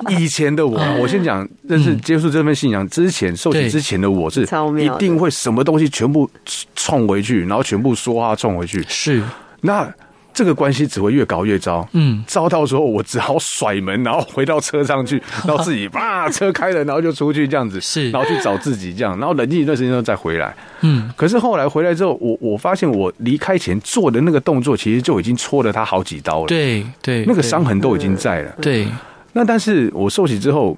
[SPEAKER 2] 以前的我，我先讲，认识接触这份信仰之前，受
[SPEAKER 1] 嗯对
[SPEAKER 2] 洗之前的我是
[SPEAKER 3] 超
[SPEAKER 2] 一
[SPEAKER 3] 妙的
[SPEAKER 2] 定会什么东西全部冲回去，然后全部说话冲回去，
[SPEAKER 1] 是，
[SPEAKER 2] 那这个关系只会越搞越糟。
[SPEAKER 1] 嗯，
[SPEAKER 2] 遭到之后，我只好甩门，然后回到车 上去，然后自己叭车开了，然后就出去这样子，
[SPEAKER 1] 是
[SPEAKER 2] 然后去找自己这样，然后冷静一段时间之后再回来。
[SPEAKER 1] 嗯，
[SPEAKER 2] 可是后来回来之后，我我发现我离开前做的那个动作，其实就已经戳了他好几刀了，，
[SPEAKER 1] 对对，
[SPEAKER 2] 那个
[SPEAKER 1] 对
[SPEAKER 2] 伤，痕都已经在了。
[SPEAKER 1] 对，
[SPEAKER 2] 那但是我受洗之后，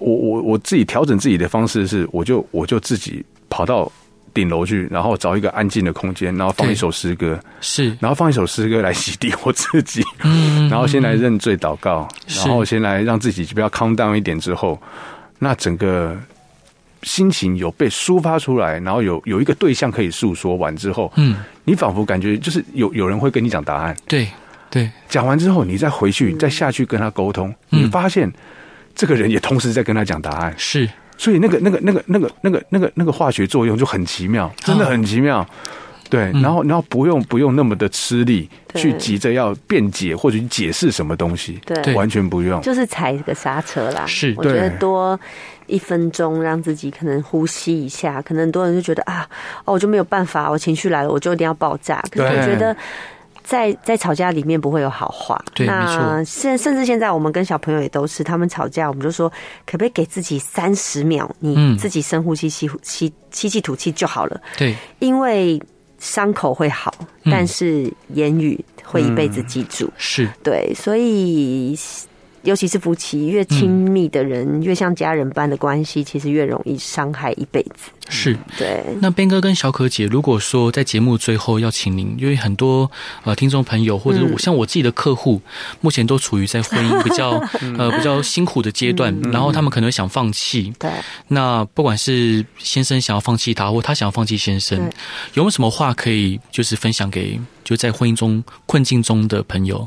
[SPEAKER 2] 我我我自己调整自己的方式是，我就我就自己跑到顶楼去，然后找一个安静的空间，然后放
[SPEAKER 1] 对
[SPEAKER 2] 一首诗歌，
[SPEAKER 1] 是，
[SPEAKER 2] 然后放一首诗歌来洗涤我自己。
[SPEAKER 1] 嗯，
[SPEAKER 2] 然后先来认罪祷告，
[SPEAKER 1] 是
[SPEAKER 2] 然后先来让自己比较 calm down 一点之后，那整个心情有被抒发出来，然后有有一个对象可以诉说完之后，
[SPEAKER 1] 嗯，
[SPEAKER 2] 你仿佛感觉就是有有人会跟你讲答案，
[SPEAKER 1] 对对，
[SPEAKER 2] 讲完之后你再回去再下去跟他沟通，
[SPEAKER 1] 嗯
[SPEAKER 2] 你发现这个人也同时在跟他讲答案，
[SPEAKER 1] 是，
[SPEAKER 2] 所以那个那个那个那个那个那个那个化学作用就很奇
[SPEAKER 1] 哦
[SPEAKER 2] 妙，真的很奇妙。对，
[SPEAKER 1] 嗯
[SPEAKER 2] 然后然后不用不用那么的吃力，
[SPEAKER 3] 对
[SPEAKER 2] 去急着要辩解或者去解释什么东西，
[SPEAKER 1] 对
[SPEAKER 3] 对，
[SPEAKER 2] 完全不用。
[SPEAKER 3] 就是踩个刹车啦。
[SPEAKER 1] 是
[SPEAKER 3] 我觉得
[SPEAKER 2] 对
[SPEAKER 3] 多一分钟让自己可能呼吸一下，可能很多人就觉得啊，哦，我就没有办法，我情绪来了，我就一定要爆炸。可是
[SPEAKER 2] 对
[SPEAKER 3] 我觉得。在在吵架里面不会有好话，
[SPEAKER 1] 对没错
[SPEAKER 3] 那现甚至现在我们跟小朋友也都是，他们吵架，我们就说可不可以给自己三十秒，
[SPEAKER 1] 嗯
[SPEAKER 3] 你自己深呼吸、吸呼吸、吸气、吐气就好了，
[SPEAKER 1] 对
[SPEAKER 3] 因为伤口会好，
[SPEAKER 1] 嗯
[SPEAKER 3] 但是言语会一辈子记住。
[SPEAKER 1] 是，
[SPEAKER 3] 对，所以尤其是夫妻，越亲密的人，越像家人般的关系，其实越容易伤害一辈子。
[SPEAKER 1] 是。
[SPEAKER 3] 对，
[SPEAKER 1] 那边哥跟小可姐，如果说在节目最后要请您，因为很多呃听众朋友或者是
[SPEAKER 3] 嗯
[SPEAKER 1] 我像我自己的客户，目前都处于在婚姻比 较呃比较辛苦的阶段，
[SPEAKER 3] 嗯
[SPEAKER 1] 然后他们可能想放弃。
[SPEAKER 3] 对，
[SPEAKER 1] 那不管是先生想要放弃她，或她想要放弃先生
[SPEAKER 3] 对，
[SPEAKER 1] 有没有什么话可以就是分享给就在婚姻中困境中的朋友？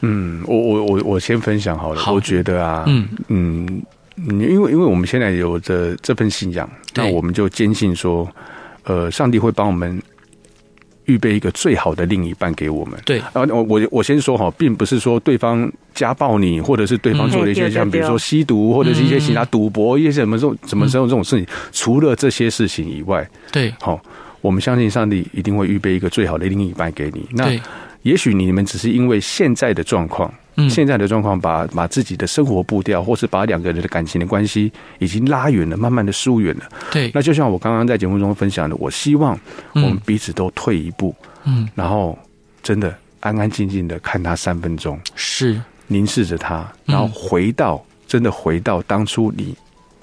[SPEAKER 2] 嗯，我我我我先分享好了。
[SPEAKER 1] 好
[SPEAKER 2] 我觉得啊，
[SPEAKER 1] 嗯
[SPEAKER 2] 嗯嗯，因为因为我们现在有着这份信仰，
[SPEAKER 1] 对
[SPEAKER 2] 那我们就坚信说，呃，上帝会帮我们预备一个最好的另一半给我们。
[SPEAKER 1] 对，
[SPEAKER 2] 啊，我我我先说哈，并不是说对方家暴你，或者是对方做了一些像
[SPEAKER 3] 嗯对对对嗯
[SPEAKER 2] 比如说吸毒，或者是一些其他赌博，一些什么这种什么这种这种事情。除了这些事情以外，
[SPEAKER 1] 对
[SPEAKER 2] 好，我们相信上帝一定会预备一个最好的另一半给你。那
[SPEAKER 1] 对，
[SPEAKER 2] 也许你们只是因为现在的状况，
[SPEAKER 1] 嗯
[SPEAKER 2] 现在的状况把把自己的生活步调，或是把两个人的感情的关系已经拉远了，慢慢的疏远了。
[SPEAKER 1] 对，
[SPEAKER 2] 那就像我刚刚在节目中分享的，我希望我们
[SPEAKER 1] 嗯
[SPEAKER 2] 彼此都退一步，
[SPEAKER 1] 嗯
[SPEAKER 2] 然后真的安安静静的看他三分钟，
[SPEAKER 1] 是
[SPEAKER 2] 凝视着他，
[SPEAKER 1] 嗯
[SPEAKER 2] 然后回到、真的回到当初你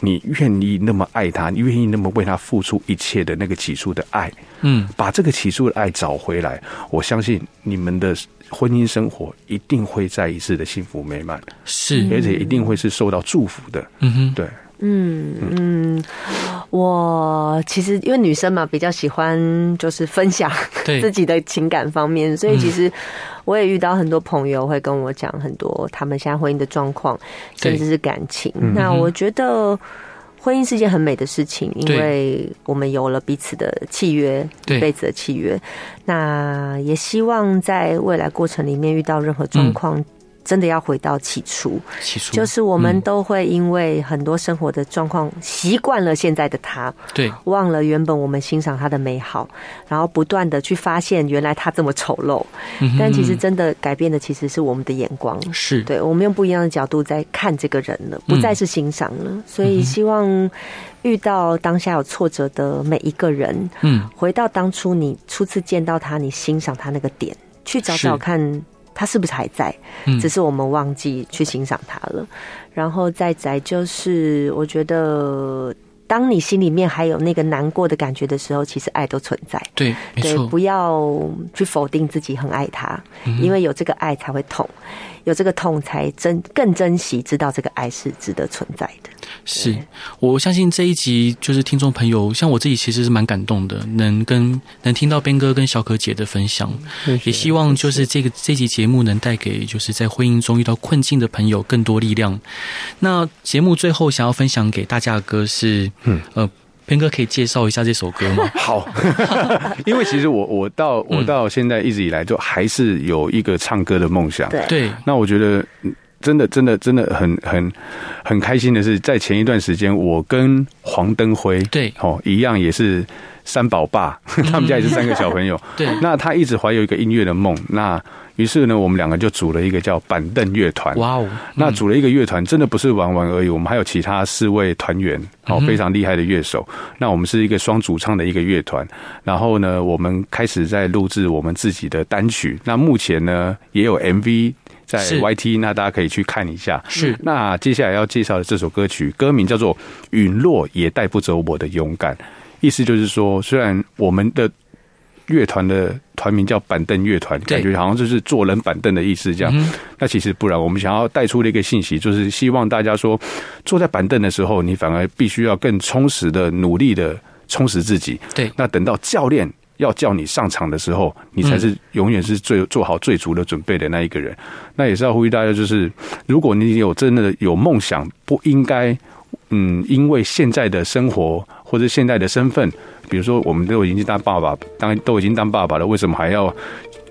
[SPEAKER 2] 你愿意那么爱他，你愿意那么为他付出一切的那个起初的爱。
[SPEAKER 1] 嗯
[SPEAKER 2] 把这个起初的爱找回来，我相信你们的婚姻生活一定会再一次的幸福美满，
[SPEAKER 1] 是
[SPEAKER 2] 而且一定会是受到祝福的。
[SPEAKER 1] 嗯嗯哼
[SPEAKER 2] 对，
[SPEAKER 3] 嗯嗯，我其实因为女生嘛，比较喜欢就是分享
[SPEAKER 1] 对 嗯
[SPEAKER 3] 自己的情感方面，所以其实我也遇到很多朋友会跟我讲很多他们现在婚姻的状况，
[SPEAKER 1] 对
[SPEAKER 3] 甚至是感情
[SPEAKER 2] 嗯。
[SPEAKER 3] 那
[SPEAKER 1] 嗯哼
[SPEAKER 3] 我觉得。婚姻是一件很美的事情，因
[SPEAKER 1] 对
[SPEAKER 3] 为我们有了彼此的契约，一
[SPEAKER 1] 对
[SPEAKER 3] 辈子的契约。那也希望在未来过程里面遇到任何状况，
[SPEAKER 1] 嗯
[SPEAKER 3] 真的要回到起初。
[SPEAKER 1] 起初
[SPEAKER 3] 就是我们
[SPEAKER 1] 嗯
[SPEAKER 3] 都会因为很多生活的状况习惯了现在的他，
[SPEAKER 1] 对
[SPEAKER 3] 忘了原本我们欣赏他的美好，然后不断的去发现原来他这么丑陋，
[SPEAKER 1] 嗯哼
[SPEAKER 3] 但其实真的改变的其实是我们的眼光。
[SPEAKER 1] 是
[SPEAKER 3] 对我们用不一样的角度在看这个人了，
[SPEAKER 1] 嗯
[SPEAKER 3] 不再是欣赏了，所以希望遇到当下有挫折的每一个人，
[SPEAKER 1] 嗯
[SPEAKER 3] 回到当初你初次见到他，你欣赏他那个点，去找
[SPEAKER 1] 是
[SPEAKER 3] 找看他是不是还在。
[SPEAKER 1] 嗯
[SPEAKER 3] 只是我们忘记去欣赏它了。然后再来就是，我觉得当你心里面还有那个难过的感觉的时候，其实爱都存在。
[SPEAKER 1] 对没
[SPEAKER 3] 对，
[SPEAKER 1] 错
[SPEAKER 3] 不要去否定自己很爱他，
[SPEAKER 1] 嗯
[SPEAKER 3] 因为有这个爱才会痛，有这个痛才珍更珍惜，知道这个爱是值得存在的。
[SPEAKER 1] 是我相信这一集就是听众朋友，像我自己其实是蛮感动的，能跟能听到边哥跟小可姐的分享，也希望就是这个这集节目能带给就是在婚姻中遇到困境的朋友更多力量。那节目最后想要分享给大家的歌是，嗯呃，边哥可以介绍一下这首歌 吗？
[SPEAKER 2] 好，因为其实我我到我
[SPEAKER 1] 嗯
[SPEAKER 2] 到现在一直以来就还是有一个唱歌的梦想。
[SPEAKER 3] 对
[SPEAKER 1] 对，
[SPEAKER 2] 那我觉得嗯真的真的真的很很很开心的是，在前一段时间，我跟黄登辉
[SPEAKER 1] 对
[SPEAKER 2] 哦一样也是三宝爸， 他们家也是三个小朋友。
[SPEAKER 1] 对，
[SPEAKER 2] 那他一直怀有一个音乐的梦，那于是呢，我们两个就组了一个叫板凳乐团。
[SPEAKER 1] 哇哦，
[SPEAKER 2] 那组了一个乐团，真的不是玩玩而已，我们还有其他四位团员，
[SPEAKER 1] 嗯
[SPEAKER 2] 哦，非常厉害的乐手。那我们是一个双主唱的一个乐团，然后呢，我们开始在录制我们自己的单曲。那目前呢，也有 MV 在
[SPEAKER 1] 是
[SPEAKER 2] YT，那大家可以去看一下。
[SPEAKER 1] 是
[SPEAKER 2] 那接下来要介绍的这首歌曲，歌名叫做《陨落也带不走我的勇敢》，意思就是说，虽然我们的乐团的团名叫板凳乐团，
[SPEAKER 1] 对
[SPEAKER 2] 感觉好像就是坐冷板凳的意思这
[SPEAKER 1] 嗯
[SPEAKER 2] 样。那其实不然，我们想要带出的一个信息，就是希望大家说，坐在板凳的时候，你反而必须要更充实的、努力的充实自己。
[SPEAKER 1] 对
[SPEAKER 2] 那等到教练要叫你上场的时候，你才是永远是最做好最足的准备的那一个人。那也是要呼吁大家，就是如果你有真的有梦想，不应该嗯，因为现在的生活或者现在的身份，比如说我们都已经当爸爸，当都已经当爸爸了，为什么还要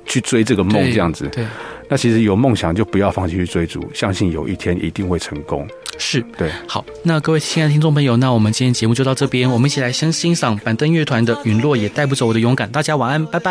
[SPEAKER 2] 去追这个梦
[SPEAKER 1] 对
[SPEAKER 2] 这样子？
[SPEAKER 1] 对。
[SPEAKER 2] 那其实有梦想就不要放弃去追逐，相信有一天一定会成功。
[SPEAKER 1] 是
[SPEAKER 2] 对，
[SPEAKER 1] 好，那各位亲爱的听众朋友，那我们今天节目就到这边，我们一起来先欣赏板凳乐团的《陨落也带不走我的勇敢》，大家晚安，拜拜。